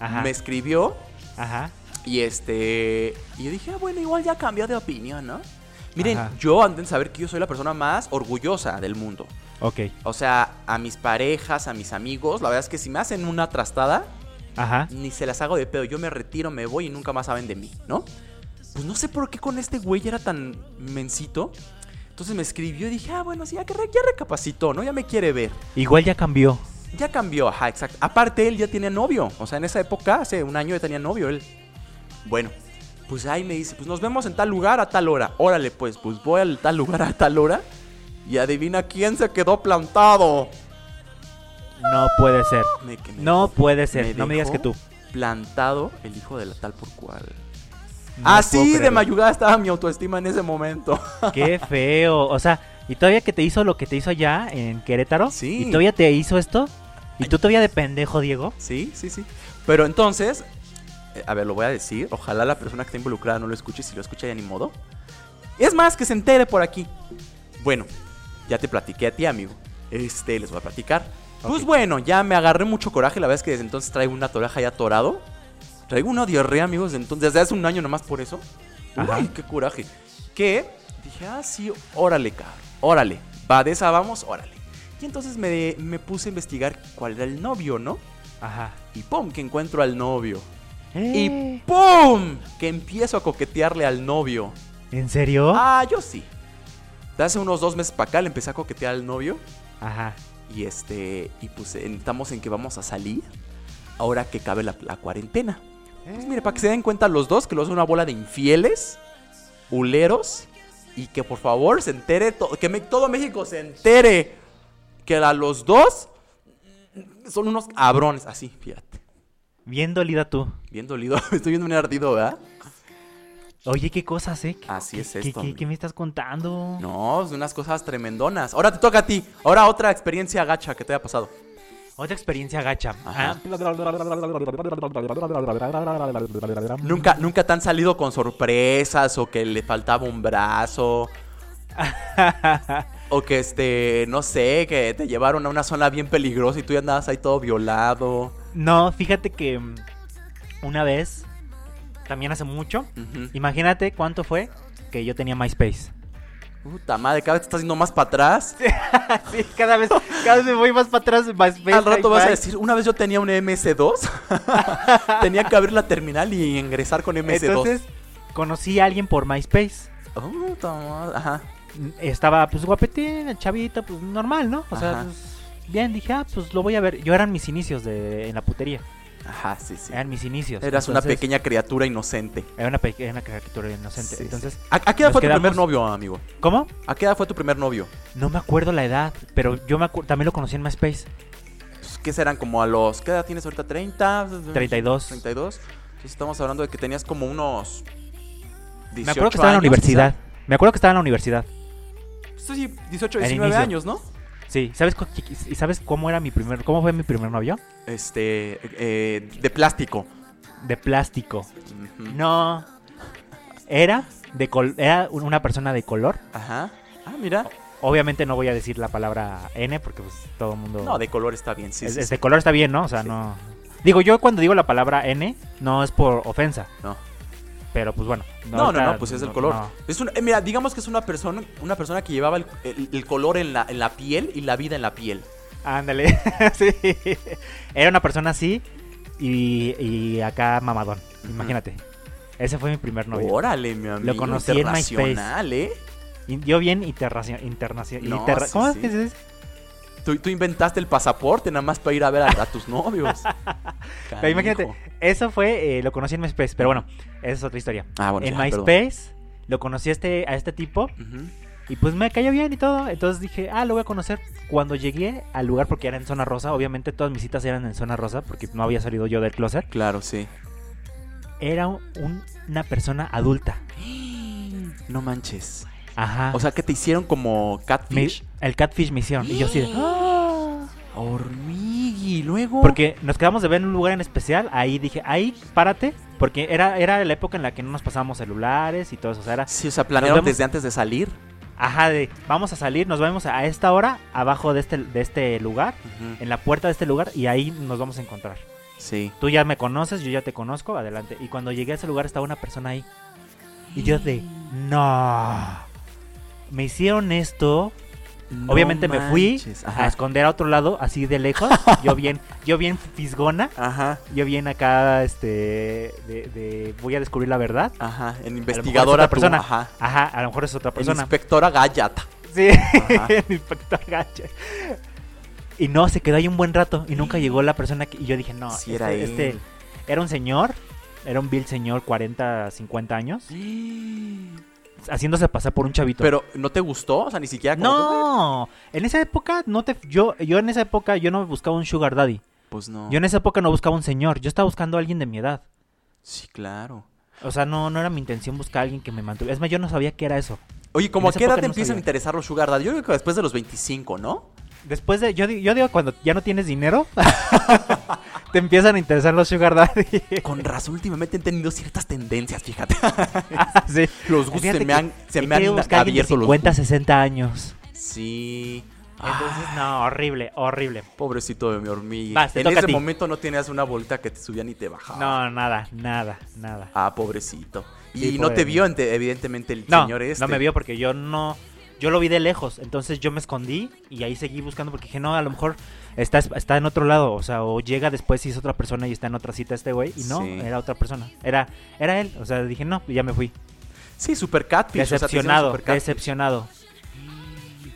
Speaker 3: Ajá.
Speaker 1: Me escribió
Speaker 3: Ajá.
Speaker 1: y este. Y yo dije, ah, bueno, igual ya cambió de opinión, ¿no? Miren,
Speaker 3: Ajá.
Speaker 1: yo anden a saber que yo soy la persona más orgullosa del mundo.
Speaker 3: Ok.
Speaker 1: O sea, a mis parejas, a mis amigos, la verdad es que si me hacen una trastada,
Speaker 3: Ajá.
Speaker 1: ni se las hago de pedo. Yo me retiro, me voy y nunca más saben de mí, ¿no? Pues no sé por qué con este güey era tan mencito. Entonces me escribió y dije, ah, bueno, sí, ya, que re- ya recapacitó, ¿no? Ya me quiere ver.
Speaker 3: Igual ya cambió.
Speaker 1: Ya cambió, ajá, exacto. Aparte, él ya tenía novio. O sea, en esa época, hace un año ya tenía novio él. Bueno, pues ahí me dice, pues nos vemos en tal lugar a tal hora. Órale, pues, pues voy al tal lugar a tal hora. Y adivina quién se quedó plantado.
Speaker 3: No puede ser.
Speaker 1: Me- que me
Speaker 3: No
Speaker 1: dejó
Speaker 3: puede
Speaker 1: me
Speaker 3: ser. No me digas que
Speaker 1: dejó
Speaker 3: tú.
Speaker 1: Plantado el hijo de la tal por cual.
Speaker 3: No puedo
Speaker 1: Así Ah, de
Speaker 3: creerlo.
Speaker 1: mayugada estaba mi autoestima en ese momento.
Speaker 3: Qué feo. O sea, y todavía que te hizo lo que te hizo allá en Querétaro.
Speaker 1: Sí.
Speaker 3: Y todavía te hizo esto. Y tú todavía de pendejo, Diego.
Speaker 1: Sí, sí, sí. Pero entonces, eh, a ver, lo voy a decir. Ojalá la persona que está involucrada no lo escuche. y Si lo escucha, ya ni modo. Es más, que se entere por aquí. Bueno, ya te platiqué a ti, amigo. Este, les voy a platicar. Pues
Speaker 3: Ok.
Speaker 1: bueno, ya me agarré mucho coraje. La verdad es que desde entonces traigo una toraja ya atorado. Traigo una diarrea, amigos, desde entonces. Desde hace un año nomás por eso.
Speaker 3: Ajá.
Speaker 1: Ay, qué coraje. Que dije, ah, sí, órale, cabrón. Órale. Va de esa, vamos, órale. Y entonces me, me puse a investigar cuál era el novio, ¿no?
Speaker 3: Ajá.
Speaker 1: Y pum, que encuentro al novio. Y
Speaker 3: Eh,
Speaker 1: ¡pum! Que empiezo a coquetearle al novio.
Speaker 3: ¿En serio?
Speaker 1: Ah, yo sí. De hace unos dos meses para acá le empecé a coquetear al novio.
Speaker 3: Ajá.
Speaker 1: Y este. Y pues en- estamos en que vamos a salir. Ahora que cabe la, la cuarentena. Pues mire, para que se den cuenta los dos que los es una bola de infieles, huleros. Y que por favor se entere. to- que me- todo México se entere. Que a los dos son unos cabrones. Así, fíjate.
Speaker 3: Bien dolida tú.
Speaker 1: Bien dolido, estoy viendo un ardido, ¿verdad?
Speaker 3: Oye, qué cosas, ¿eh? ¿Qué-
Speaker 1: Así
Speaker 3: qué-
Speaker 1: es
Speaker 3: qué-
Speaker 1: esto,
Speaker 3: qué-
Speaker 1: hombre.
Speaker 3: qué me estás contando?
Speaker 1: No, son unas cosas tremendonas. Ahora te toca a ti. Ahora otra experiencia gacha que te haya pasado.
Speaker 3: Otra experiencia gacha.
Speaker 1: Ajá.
Speaker 3: Ah,
Speaker 1: Nunca, nunca te han salido con sorpresas o que le faltaba un brazo. o que este, no sé, que te llevaron a una zona bien peligrosa y tú ya andabas ahí todo violado.
Speaker 3: Ah, No, fíjate que mm, una vez, también hace mucho,
Speaker 1: Ujú.
Speaker 3: imagínate cuánto fue que yo tenía MySpace.
Speaker 1: Puta madre, cada vez te estás yendo más para atrás.
Speaker 3: Sí, cada vez, cada vez me voy más para atrás de MySpace.
Speaker 1: Al rato vas a
Speaker 3: Hi-Fi.
Speaker 1: decir, una vez yo tenía un MS2. tenía que abrir la terminal y ingresar con MS2.
Speaker 3: Entonces, conocí a alguien por MySpace.
Speaker 1: Oh, puta madre, Ajá.
Speaker 3: Estaba, pues, guapetín, chavita, pues, normal, ¿no? O sea,
Speaker 1: Ajá.
Speaker 3: pues, bien, dije, ah, pues, lo voy a ver. Yo eran mis inicios de, en la putería.
Speaker 1: Ajá, sí, sí.
Speaker 3: Eran mis inicios.
Speaker 1: Eras una
Speaker 3: Entonces,
Speaker 1: pequeña criatura inocente.
Speaker 3: Era una, pequeña caricatura inocente.
Speaker 1: Sí,
Speaker 3: Entonces,
Speaker 1: sí. ¿A, a qué edad
Speaker 3: nos
Speaker 1: fue tu primer
Speaker 3: quedamos-
Speaker 1: novio, amigo?
Speaker 3: ¿cómo?
Speaker 1: ¿A qué edad fue tu primer novio?
Speaker 3: No me acuerdo la edad, pero yo me acu- también lo conocí en MySpace.
Speaker 1: Pues, ¿Qué serán? Como a los... ¿Qué edad tienes ahorita? ¿30?
Speaker 3: 32.
Speaker 1: 32. Entonces estamos hablando de que tenías como unos... 18
Speaker 3: Me acuerdo que estaba en la
Speaker 1: años,
Speaker 3: universidad. Me acuerdo que estaba en la universidad.
Speaker 1: quizá. Sí, sí, 18,
Speaker 3: Al
Speaker 1: 19
Speaker 3: inicio.
Speaker 1: años, ¿no?
Speaker 3: Sí, ¿sabes, cu- y ¿sabes cómo era mi primer cómo fue mi primer novio?
Speaker 1: Este... eh, de plástico.
Speaker 3: De plástico.
Speaker 1: Ujú.
Speaker 3: No. Era de col- era un- una persona de color.
Speaker 1: Ajá. Ah, mira.
Speaker 3: Obviamente no voy a decir la palabra N porque pues todo el mundo
Speaker 1: No, de color está bien, sí.
Speaker 3: es,
Speaker 1: sí,
Speaker 3: es
Speaker 1: sí.
Speaker 3: de color está bien, ¿no? O sea,
Speaker 1: Sí.
Speaker 3: no Digo, yo cuando digo la palabra N no es por ofensa,
Speaker 1: No.
Speaker 3: pero pues bueno.
Speaker 1: No, no,
Speaker 3: está-
Speaker 1: no, pues es el
Speaker 3: no-
Speaker 1: color.
Speaker 3: no.
Speaker 1: Es un- eh, mira, digamos que es una persona, una persona que llevaba el, el- el color en la, en la piel y la vida en la piel.
Speaker 3: Ándale. sí. Era una persona así y, y acá mamadón.
Speaker 1: Ujú.
Speaker 3: Imagínate. Ese fue mi primer novio.
Speaker 1: Órale, mi amigo.
Speaker 3: conocí en MySpace.
Speaker 1: internacional, ¿eh?
Speaker 3: Y- Yo bien internacional. internacional
Speaker 1: No, sí, sí.
Speaker 3: ¿Cómo es que se dice?
Speaker 1: Tú, tú inventaste el pasaporte nada más para ir a ver a, a tus novios.
Speaker 3: Pero imagínate,
Speaker 1: Canijo.
Speaker 3: eso fue, eh, lo conocí en MySpace, pero bueno, esa es otra historia.
Speaker 1: Ah, bueno,
Speaker 3: en
Speaker 1: ya, perdón.
Speaker 3: MySpace lo conocí a este, a este tipo
Speaker 1: Ujú.
Speaker 3: y pues me cayó bien y todo. Entonces dije, ah, lo voy a conocer. Cuando llegué al lugar, porque era en zona rosa, obviamente todas mis citas eran en zona rosa, porque no había salido yo del closet,
Speaker 1: Claro, sí.
Speaker 3: era un- una persona adulta.
Speaker 1: No manches.
Speaker 3: Ajá.
Speaker 1: O sea, que te hicieron como
Speaker 3: Me-
Speaker 1: catfish.
Speaker 3: el catfish misión. Y yo así de, "Ah".
Speaker 1: Hormigui, luego.
Speaker 3: Porque nos quedamos de ver en un lugar en especial. Ahí dije, ahí párate. Porque era, era la época en la que no nos pasábamos celulares y todo eso. O sea, era
Speaker 1: Sí, o sea, planearon
Speaker 3: vemos-
Speaker 1: desde antes de salir.
Speaker 3: Ajá, de vamos a salir, nos vemos a esta hora, abajo de este, de este lugar,
Speaker 1: Ujú.
Speaker 3: en la puerta de este lugar, y ahí nos vamos a encontrar.
Speaker 1: Sí.
Speaker 3: Tú ya me conoces, yo ya te conozco, adelante. Y cuando llegué a ese lugar estaba una persona ahí. Y yo de, no. Me hicieron esto. Obviamente me fui
Speaker 1: manches,
Speaker 3: a
Speaker 1: Ajá.
Speaker 3: esconder a otro lado, así de lejos. yo bien, yo bien fisgona.
Speaker 1: Ajá.
Speaker 3: Yo bien acá, este, de, de voy a descubrir la verdad.
Speaker 1: Ajá. En
Speaker 3: es
Speaker 1: investigadora
Speaker 3: otra
Speaker 1: tú,
Speaker 3: persona.
Speaker 1: Ajá.
Speaker 3: Ajá, a lo mejor es otra
Speaker 1: En
Speaker 3: persona.
Speaker 1: inspectora Gallata.
Speaker 3: Sí,
Speaker 1: Ajá.
Speaker 3: el inspector gacha. Y no, se quedó ahí un buen rato y nunca llegó la persona que... Y yo dije, no,
Speaker 1: Sí, era
Speaker 3: este
Speaker 1: él.
Speaker 3: era un señor, era un vil señor, 40, 50 años, haciéndose pasar por un chavito.
Speaker 1: Pero no te gustó, o sea, ni siquiera como que,
Speaker 3: no, en esa época no te... Yo, yo en esa época yo no buscaba un sugar daddy.
Speaker 1: pues no.
Speaker 3: Yo en esa época no buscaba un señor, yo estaba buscando a alguien de mi edad.
Speaker 1: Sí, claro.
Speaker 3: O sea, no, no era mi intención buscar a alguien que me mantuviera. Es más, yo no sabía qué era eso.
Speaker 1: Oye, ¿cómo a
Speaker 3: En esa
Speaker 1: qué edad
Speaker 3: época
Speaker 1: te
Speaker 3: no
Speaker 1: empiezan a
Speaker 3: sabía.
Speaker 1: interesar los sugar daddy? Yo creo que después de los 25, ¿no?
Speaker 3: Después de, yo, di- yo digo, cuando ya no tienes dinero, te empiezan a interesar los sugar daddy.
Speaker 1: Con razón últimamente han tenido ciertas tendencias, fíjate.
Speaker 3: Ah, sí.
Speaker 1: Los gustos
Speaker 3: Fíjate
Speaker 1: se me
Speaker 3: que
Speaker 1: han, se
Speaker 3: he
Speaker 1: me han
Speaker 3: querido buscar a alguien de
Speaker 1: abierto los
Speaker 3: 50,
Speaker 1: gustos.
Speaker 3: 60 años.
Speaker 1: Sí. Ah,
Speaker 3: Entonces, no, horrible, horrible.
Speaker 1: Pobrecito de mi hormiga.
Speaker 3: Vas, te
Speaker 1: en
Speaker 3: toca a
Speaker 1: ese
Speaker 3: ti.
Speaker 1: momento no tenías una bolita que te subía ni te bajaba.
Speaker 3: No, nada, nada, nada.
Speaker 1: Ah, pobrecito. Y
Speaker 3: Sí,
Speaker 1: no
Speaker 3: pobre
Speaker 1: te
Speaker 3: de mí.
Speaker 1: vio, ente- evidentemente, el
Speaker 3: No,
Speaker 1: señor este.
Speaker 3: no me vio porque yo no, yo lo vi de lejos, entonces yo me escondí y ahí seguí buscando porque dije, no, a lo mejor está, está en otro lado, o sea, o llega después y es otra persona y está en otra cita este güey, y no,
Speaker 1: Sí.
Speaker 3: era otra persona, era, era él, o sea, dije, no, y ya me fui.
Speaker 1: Sí, super catfish. o sea, te hicieron
Speaker 3: Decepcionado,
Speaker 1: super catfish.
Speaker 3: decepcionado.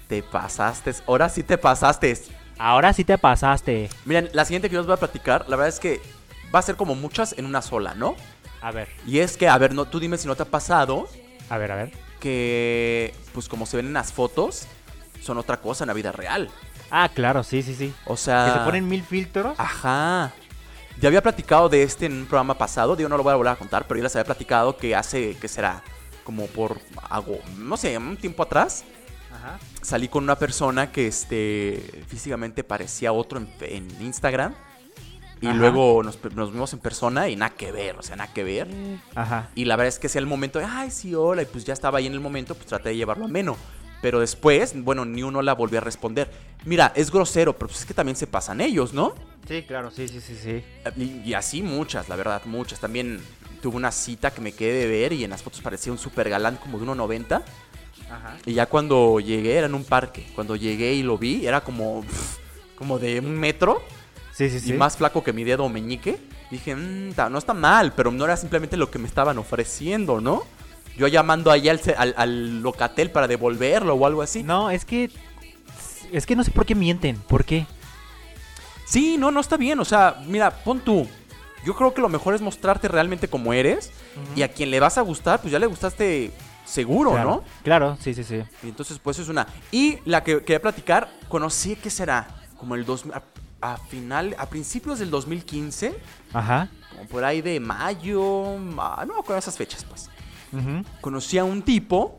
Speaker 1: Te pasaste. Ahora sí te pasaste.
Speaker 3: Ahora sí te pasaste.
Speaker 1: Miren, la siguiente que yo os voy a platicar, la verdad es que va a ser como muchas en una sola, ¿no?
Speaker 3: A ver,
Speaker 1: Y es que, a ver, no, tú dime si no te ha pasado
Speaker 3: a ver, a ver.
Speaker 1: que, pues como se ven en las fotos, son otra cosa en la vida real.
Speaker 3: Ah, claro, sí, sí, sí.
Speaker 1: O sea...
Speaker 3: Que se ponen mil filtros.
Speaker 1: Ah. Ajá. Ya había platicado de este en un programa pasado, digo, no lo voy a volver a contar, pero yo les había platicado que hace, que será, como por, hago, no sé, un tiempo atrás,
Speaker 3: Ajá.
Speaker 1: salí con una persona que este físicamente parecía otro en, fe- en Instagram. Y
Speaker 3: Ajá.
Speaker 1: luego nos, pe- nos vimos en persona y nada que ver, o sea, nada que ver.
Speaker 3: Ajá.
Speaker 1: Y la verdad es que sea el momento de, ay, sí, hola, y pues ya estaba ahí en el momento, pues traté de llevarlo a menos. Pero después, bueno, ni uno la volvió a responder. Mira, es grosero, pero pues es que también se pasan ellos, ¿no?
Speaker 3: Sí, claro, sí, sí, sí, sí.
Speaker 1: Y, y así muchas, la verdad, muchas. También tuve una cita que me quedé de ver y en las fotos parecía un super galán como de 1.90.
Speaker 3: Ajá.
Speaker 1: Y ya cuando llegué era en un parque. Cuando llegué y lo vi era como, pf, como de un metro
Speaker 3: Sí, sí, sí.
Speaker 1: y más flaco que mi dedo meñique. Dije, "Mm, ta- no está mal, pero no era simplemente lo que me estaban ofreciendo, ¿no? Yo llamando allá al, ce- al- al locatel para devolverlo o algo así.
Speaker 3: No, es que. Es que no sé por qué mienten. ¿Por qué?
Speaker 1: Sí, no, no está bien. O sea, mira, pon tú. Yo creo que lo mejor es mostrarte realmente como eres. Y a quien le vas a gustar, pues ya le gustaste seguro,
Speaker 3: claro,
Speaker 1: ¿no?
Speaker 3: Claro, sí, sí, sí.
Speaker 1: Y entonces, pues eso es una. Y la que quería platicar, conocí que será como el 2000, a, a final, a principios del 2015,
Speaker 3: Ajá.
Speaker 1: como por ahí de mayo, ma- no con esas fechas, pues.
Speaker 3: Ujú.
Speaker 1: Conocí a un tipo,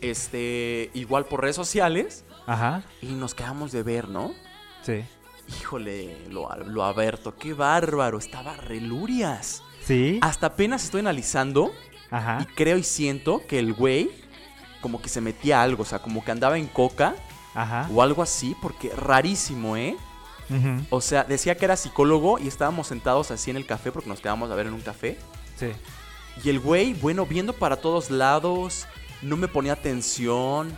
Speaker 1: este, igual por redes sociales,
Speaker 3: Ajá.
Speaker 1: y nos quedamos de ver, ¿no?
Speaker 3: Sí.
Speaker 1: Híjole, lo, lo Alberto, qué bárbaro, estaba relurias.
Speaker 3: Sí.
Speaker 1: Hasta apenas estoy analizando y
Speaker 3: Ajá.
Speaker 1: creo y siento que el güey como que se metía a algo, o sea, como que andaba en coca
Speaker 3: Ajá.
Speaker 1: o algo así, porque rarísimo, ¿eh?
Speaker 3: Ujú.
Speaker 1: O sea, decía que era psicólogo y estábamos sentados así en el café porque nos quedábamos a ver en un café.
Speaker 3: Sí.
Speaker 1: Y el güey, bueno, viendo para todos lados, no me ponía atención.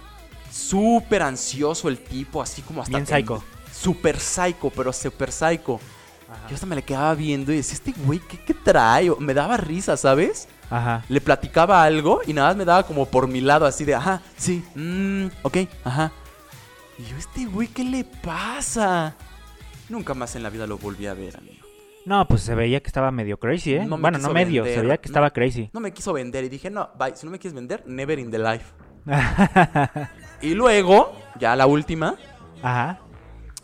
Speaker 1: Súper ansioso el tipo, así como hasta...
Speaker 3: Bien
Speaker 1: ten-
Speaker 3: psycho.
Speaker 1: Súper psycho, pero súper psycho.
Speaker 3: Ajá.
Speaker 1: Yo hasta me le quedaba viendo y decía, este güey, ¿qué, qué trae? O- Me daba risa, ¿sabes?
Speaker 3: Ajá.
Speaker 1: Le platicaba algo y nada más me daba como por mi lado, así de, ajá, sí, mm, ok, ajá. Y yo, este güey, ¿qué le pasa? Nunca más en la vida lo volví a ver, amigo.
Speaker 3: No, pues se veía que estaba medio crazy, ¿eh?
Speaker 1: No me
Speaker 3: bueno, no
Speaker 1: quiso
Speaker 3: medio,
Speaker 1: vender,
Speaker 3: se veía que
Speaker 1: no.
Speaker 3: estaba crazy.
Speaker 1: No me quiso vender y dije, no, bye, si no me quieres vender, never in the life. Y luego, ya la última,
Speaker 3: Ajá.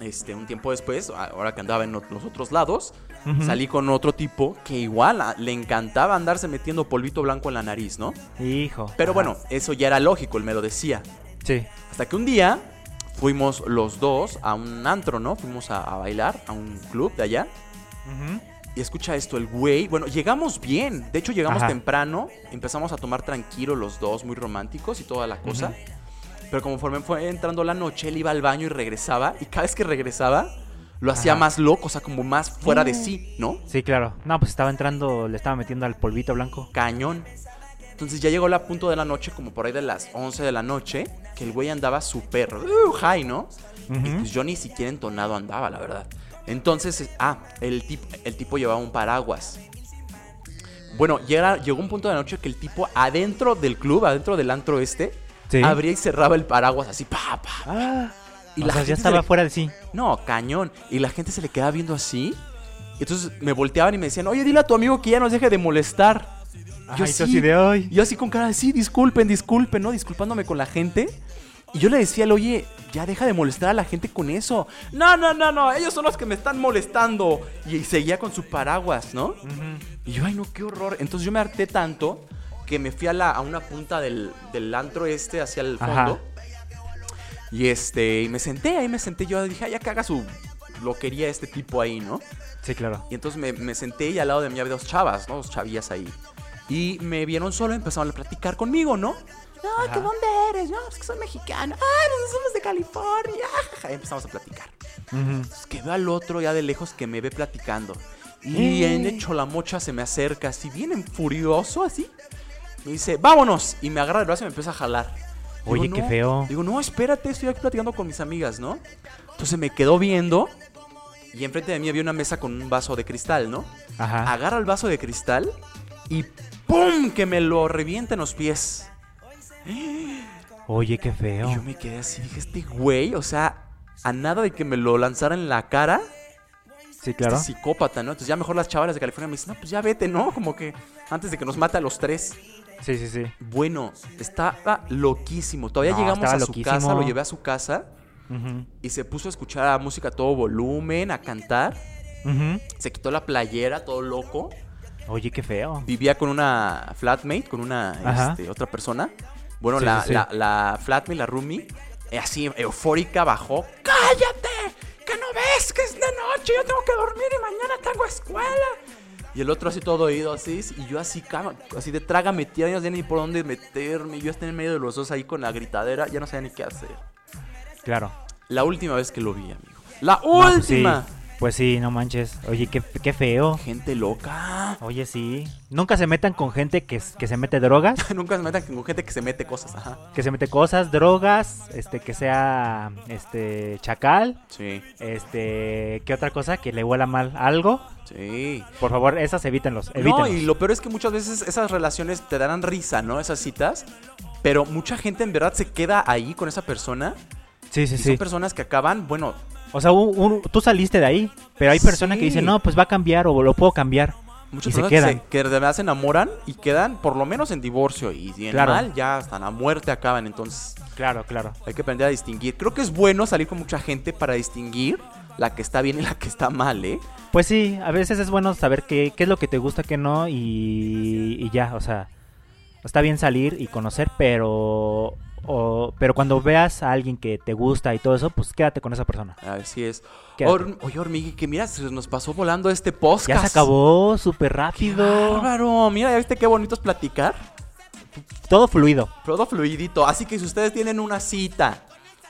Speaker 1: este, un tiempo después, a- ahora que andaba en ot- los otros lados,
Speaker 3: Ujú.
Speaker 1: salí con otro tipo que igual a- le encantaba andarse metiendo polvito blanco en la nariz, ¿no?
Speaker 3: Hijo.
Speaker 1: Pero
Speaker 3: Ajá.
Speaker 1: bueno, eso ya era lógico, él me lo decía.
Speaker 3: Sí.
Speaker 1: Hasta que un día fuimos los dos a un antro, ¿no? Fuimos a, a bailar a un club de allá.
Speaker 3: Ujú.
Speaker 1: Y escucha esto, el güey. Bueno, llegamos bien. De hecho, llegamos
Speaker 3: Ajá.
Speaker 1: temprano. Empezamos a tomar tranquilo los dos, muy románticos y toda la cosa. Pero conforme fue entrando la noche, él iba al baño y regresaba. Y cada vez que regresaba, lo hacía
Speaker 3: Ajá.
Speaker 1: más loco, o sea, como más fuera de sí, ¿no?
Speaker 3: Sí, claro. No, pues estaba entrando, le estaba metiendo al polvito blanco.
Speaker 1: Cañón. Entonces ya llegó la punto de la noche, como por ahí de las 11 de la noche, que el güey andaba súper uh, high, ¿no? Y
Speaker 3: Ujú.
Speaker 1: pues yo ni siquiera entonado andaba, la verdad. Entonces, ah, el, tip- el tipo llevaba un paraguas. Bueno, llega- llegó un punto de la noche que el tipo adentro del club, adentro del antro este,
Speaker 3: Sí.
Speaker 1: abría y cerraba el paraguas así, pa, pa.
Speaker 3: Ah,
Speaker 1: Y
Speaker 3: o
Speaker 1: la
Speaker 3: sea,
Speaker 1: gente se
Speaker 3: ya
Speaker 1: le-
Speaker 3: estaba fuera de sí.
Speaker 1: No, cañón. Y la gente se le quedaba viendo así. Y entonces me volteaban y me decían, oye, dile a tu amigo que ya nos deje de molestar.
Speaker 3: Ay, tú así de hoy.
Speaker 1: Yo así con cara de, sí, disculpen, disculpen, ¿no? Disculpándome con la gente. Y yo le decía al oye, ya deja de molestar a la gente con eso. No, no, no, no, ellos son los que me están molestando. Y, seguía con su paraguas, ¿no? Y yo, ay, no, qué horror. Entonces yo me harté tanto que me fui a, la, a una punta del, del antro este hacia el
Speaker 3: Ajá.
Speaker 1: fondo. Y este, y me senté, ahí me senté. Yo dije, ay, ya caga su loquería este tipo ahí, ¿no?
Speaker 3: Sí, claro.
Speaker 1: Y entonces me, me senté y al lado de mí había dos chavas, ¿no? Dos chavillas ahí. Y me vieron solo y empezaron a platicar conmigo, ¿no? No,
Speaker 3: Ajá.
Speaker 1: ¿que dónde eres? No, pues que soy mexicano. Ah, no, somos de California. Y empezamos a platicar.
Speaker 3: Ujú.
Speaker 1: Entonces pues, que veo al otro ya de lejos que me ve platicando. Y
Speaker 3: Eh.
Speaker 1: en hecho la mocha se me acerca así, bien furioso así. Me dice, vámonos. Y me agarra el brazo y me empieza a jalar.
Speaker 3: Oye, qué
Speaker 1: "No".
Speaker 3: feo.
Speaker 1: Digo, no, espérate, estoy aquí platicando con mis amigas, ¿no? Entonces me quedó viendo. Y enfrente de mí había una mesa con un vaso de cristal, ¿no?
Speaker 3: Ajá.
Speaker 1: Agarra el vaso de cristal y ¡pum! Que me lo revienta en los pies.
Speaker 3: Oye, qué
Speaker 1: Y yo
Speaker 3: feo.
Speaker 1: me quedé así, dije, este güey, o sea, a nada de que me lo lanzara en la cara.
Speaker 3: Sí, claro.
Speaker 1: este psicópata, ¿no? Entonces ya mejor las chavalas de California me dicen, no, pues ya vete, ¿no? Como que antes de que nos mata a los tres.
Speaker 3: Sí, sí, sí.
Speaker 1: Bueno, estaba loquísimo. Todavía
Speaker 3: No,
Speaker 1: llegamos
Speaker 3: estaba
Speaker 1: a su
Speaker 3: loquísimo.
Speaker 1: casa, lo llevé a su casa
Speaker 3: Ujú.
Speaker 1: y se puso a escuchar a música a todo volumen, a cantar.
Speaker 3: Ujú.
Speaker 1: Se quitó la playera, todo loco.
Speaker 3: Oye, qué feo.
Speaker 1: Vivía con una flatmate, con una
Speaker 3: Ajá.
Speaker 1: este, otra persona. Bueno,
Speaker 3: Sí,
Speaker 1: la,
Speaker 3: sí, sí.
Speaker 1: La, la flatmate, la roomie, eh, así eufórica bajó. ¡Cállate! ¡Que no ves que es de noche! Yo tengo que dormir y mañana tengo escuela. Y el otro así todo oído así, y yo así, cama- así de traga metida, ya no sé ni por dónde meterme. Yo estaba en medio de los dos ahí con la gritadera, ya no sabía ni qué hacer.
Speaker 3: Claro.
Speaker 1: La última vez que lo vi, amigo. ¡La
Speaker 3: No, pues sí.
Speaker 1: última!
Speaker 3: Pues sí, no manches. Oye, qué, qué feo.
Speaker 1: Gente loca.
Speaker 3: Oye, sí. Nunca se metan con gente que, s- que se mete drogas,
Speaker 1: Nunca se metan con gente que se mete cosas, ajá.
Speaker 3: que se mete cosas, drogas, este, que sea, este, chacal,
Speaker 1: Sí,
Speaker 3: este, ¿qué otra cosa? Que le huela mal algo.
Speaker 1: sí.
Speaker 3: Por favor, esas evítenlos,
Speaker 1: No,
Speaker 3: evítenlos.
Speaker 1: y lo peor es que muchas veces esas relaciones te darán risa, ¿no? Esas citas. Pero mucha gente en verdad se queda ahí con esa persona.
Speaker 3: Sí, sí,
Speaker 1: y
Speaker 3: sí.
Speaker 1: son personas que acaban, bueno,
Speaker 3: O sea, un- un- tú saliste de ahí, pero hay personas
Speaker 1: Sí.
Speaker 3: que dicen, no, pues va a cambiar o lo puedo cambiar.
Speaker 1: muchas
Speaker 3: Y se
Speaker 1: personas que se-
Speaker 3: quedan.
Speaker 1: que de verdad se enamoran y quedan por lo menos en divorcio. Y si en
Speaker 3: Claro.
Speaker 1: mal, ya hasta la muerte acaban. Entonces
Speaker 3: Claro, claro.
Speaker 1: hay que aprender a distinguir. Creo que es bueno salir con mucha gente para distinguir la que está bien y la que está mal, ¿eh?
Speaker 3: Pues sí, a veces es bueno saber qué, qué es lo que te gusta, qué no, y, y ya, o sea, está bien salir y conocer, pero, o- pero cuando veas a alguien que te gusta y todo eso, pues quédate con esa persona.
Speaker 1: Así es.
Speaker 3: Quédate.
Speaker 1: Or- oye, Hormigui, que mira, se nos pasó volando este podcast.
Speaker 3: Ya se acabó, súper
Speaker 1: ¡Qué
Speaker 3: rápido,
Speaker 1: bárbaro! Mira, ¿ya viste qué bonito es platicar?
Speaker 3: todo fluido.
Speaker 1: Todo fluidito. Así que si ustedes tienen una cita,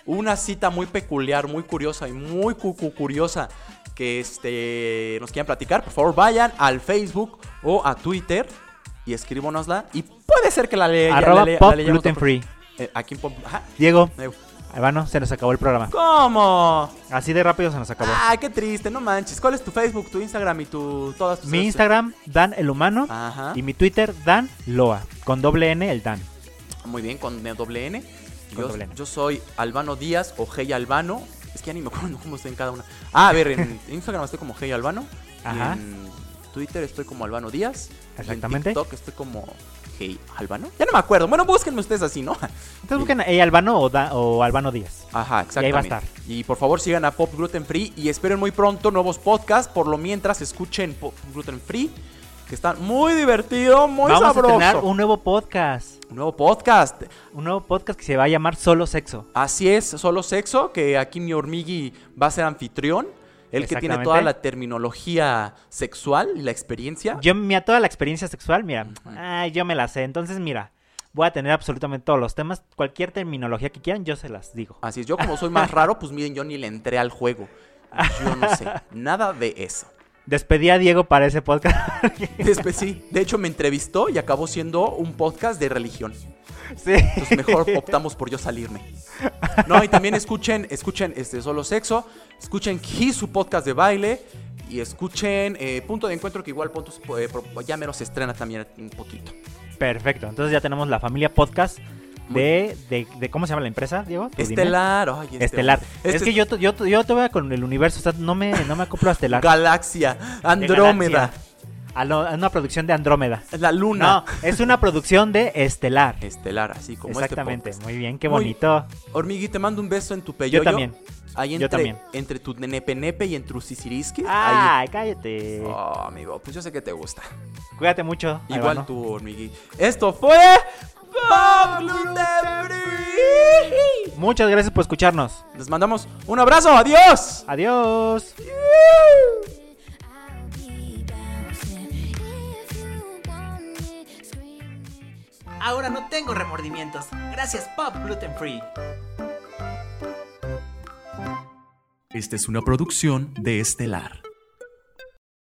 Speaker 1: una cita muy peculiar, muy curiosa y muy cu- cu- curiosa que este, nos quieran platicar, por favor vayan al Facebook o a Twitter y escríbanosla. Y puede ser que la lea.
Speaker 3: Arroba
Speaker 1: la lea- la
Speaker 3: pop
Speaker 1: leamos
Speaker 3: gluten
Speaker 1: nosotros.
Speaker 3: free.
Speaker 1: Eh, aquí en Pop. Ajá.
Speaker 3: Diego,
Speaker 1: Eh,
Speaker 3: Albano, se nos acabó el programa.
Speaker 1: ¿Cómo?
Speaker 3: Así de rápido se nos acabó.
Speaker 1: Ay, qué triste, no manches. ¿Cuál es tu Facebook, tu Instagram y tu. Todas tus
Speaker 3: Mi Instagram, Dan el humano,
Speaker 1: Ajá.
Speaker 3: y mi Twitter, Dan Loa, con doble N el Dan.
Speaker 1: Muy bien, con doble N.
Speaker 3: Con
Speaker 1: Yo,
Speaker 3: doble N.
Speaker 1: yo soy Albano Díaz o Hey Albano. Es que ya ni me acuerdo cómo estoy en cada una. Ah, a ver, en Instagram estoy como Hey Albano. y
Speaker 3: Ajá.
Speaker 1: en Twitter estoy como Albano Díaz. y
Speaker 3: Exactamente.
Speaker 1: en TikTok estoy como Hey Albano. Ya no me acuerdo. Bueno, búsquenme ustedes así, ¿no?
Speaker 3: Entonces busquen a ella Albano o, Da- o Albano Díaz.
Speaker 1: Ajá, exactamente.
Speaker 3: ahí va a estar.
Speaker 1: Y por favor sigan a Pop Gluten Free y esperen muy pronto nuevos podcasts. Por lo mientras escuchen Pop Gluten Free, que está muy divertido, muy
Speaker 3: Vamos
Speaker 1: sabroso.
Speaker 3: a tener un nuevo podcast.
Speaker 1: un nuevo podcast.
Speaker 3: Un nuevo podcast que se va a llamar Solo Sexo.
Speaker 1: Así es, solo sexo, que aquí mi hormigui va a ser anfitrión. Él que tiene
Speaker 3: Exactamente.
Speaker 1: toda la terminología sexual y la experiencia.
Speaker 3: Yo, mira, toda la experiencia sexual, mira, ay, yo me la sé. Entonces, mira, voy a tener absolutamente todos los temas. Cualquier terminología que quieran, yo se las digo.
Speaker 1: Así es, yo como soy más raro, pues miren, yo ni le entré al juego. Yo no sé nada de eso.
Speaker 3: Despedí a Diego para ese podcast.
Speaker 1: Después sí, de hecho me entrevistó y acabó siendo un podcast de religión.
Speaker 3: sí.
Speaker 1: Entonces mejor optamos por yo salirme. No, y también escuchen, escuchen este Solo Sexo, escuchen He, su podcast de baile, y escuchen eh, Punto de Encuentro, que igual puntos, eh, pro- ya menos se estrena también un poquito.
Speaker 3: Perfecto. Entonces ya tenemos la familia podcast de, de, de- ¿cómo se llama la empresa, Diego? Tú dime.
Speaker 1: Estelar, ay, este
Speaker 3: Estelar.
Speaker 1: hombre.
Speaker 3: es
Speaker 1: Este
Speaker 3: que yo, to- yo, to- yo todavía con el universo, o sea, no me, no me acoplo a Estelar.
Speaker 1: Galaxia,
Speaker 3: De
Speaker 1: Andrómeda,
Speaker 3: Galaxia. A, lo- a una producción de Andrómeda.
Speaker 1: la
Speaker 3: No,
Speaker 1: luna.
Speaker 3: es una producción de Estelar.
Speaker 1: Estelar, así como este
Speaker 3: Exactamente.
Speaker 1: podcast.
Speaker 3: Muy bien, qué
Speaker 1: Muy-
Speaker 3: bonito.
Speaker 1: Hormigui, te mando un beso en tu peyoyo.
Speaker 3: Yo también.
Speaker 1: Ahí
Speaker 3: Yo
Speaker 1: entre,
Speaker 3: también. Ah,
Speaker 1: entre tu nepe nepe y en tu sisiriski. ahí
Speaker 3: Ay, cállate.
Speaker 1: Oh, amigo, pues yo sé que te gusta.
Speaker 3: Cuídate mucho.
Speaker 1: Igual
Speaker 3: Albano.
Speaker 1: tú, hormigui. Esto fue Pop Gluten Free.
Speaker 3: Muchas gracias por escucharnos.
Speaker 1: Les mandamos un abrazo, adiós.
Speaker 3: Adiós.
Speaker 4: I'll be bouncing if you want me. Scream me.
Speaker 5: Ahora no tengo remordimientos. Gracias Pop Gluten Free.
Speaker 1: Esta es una producción de Estelar.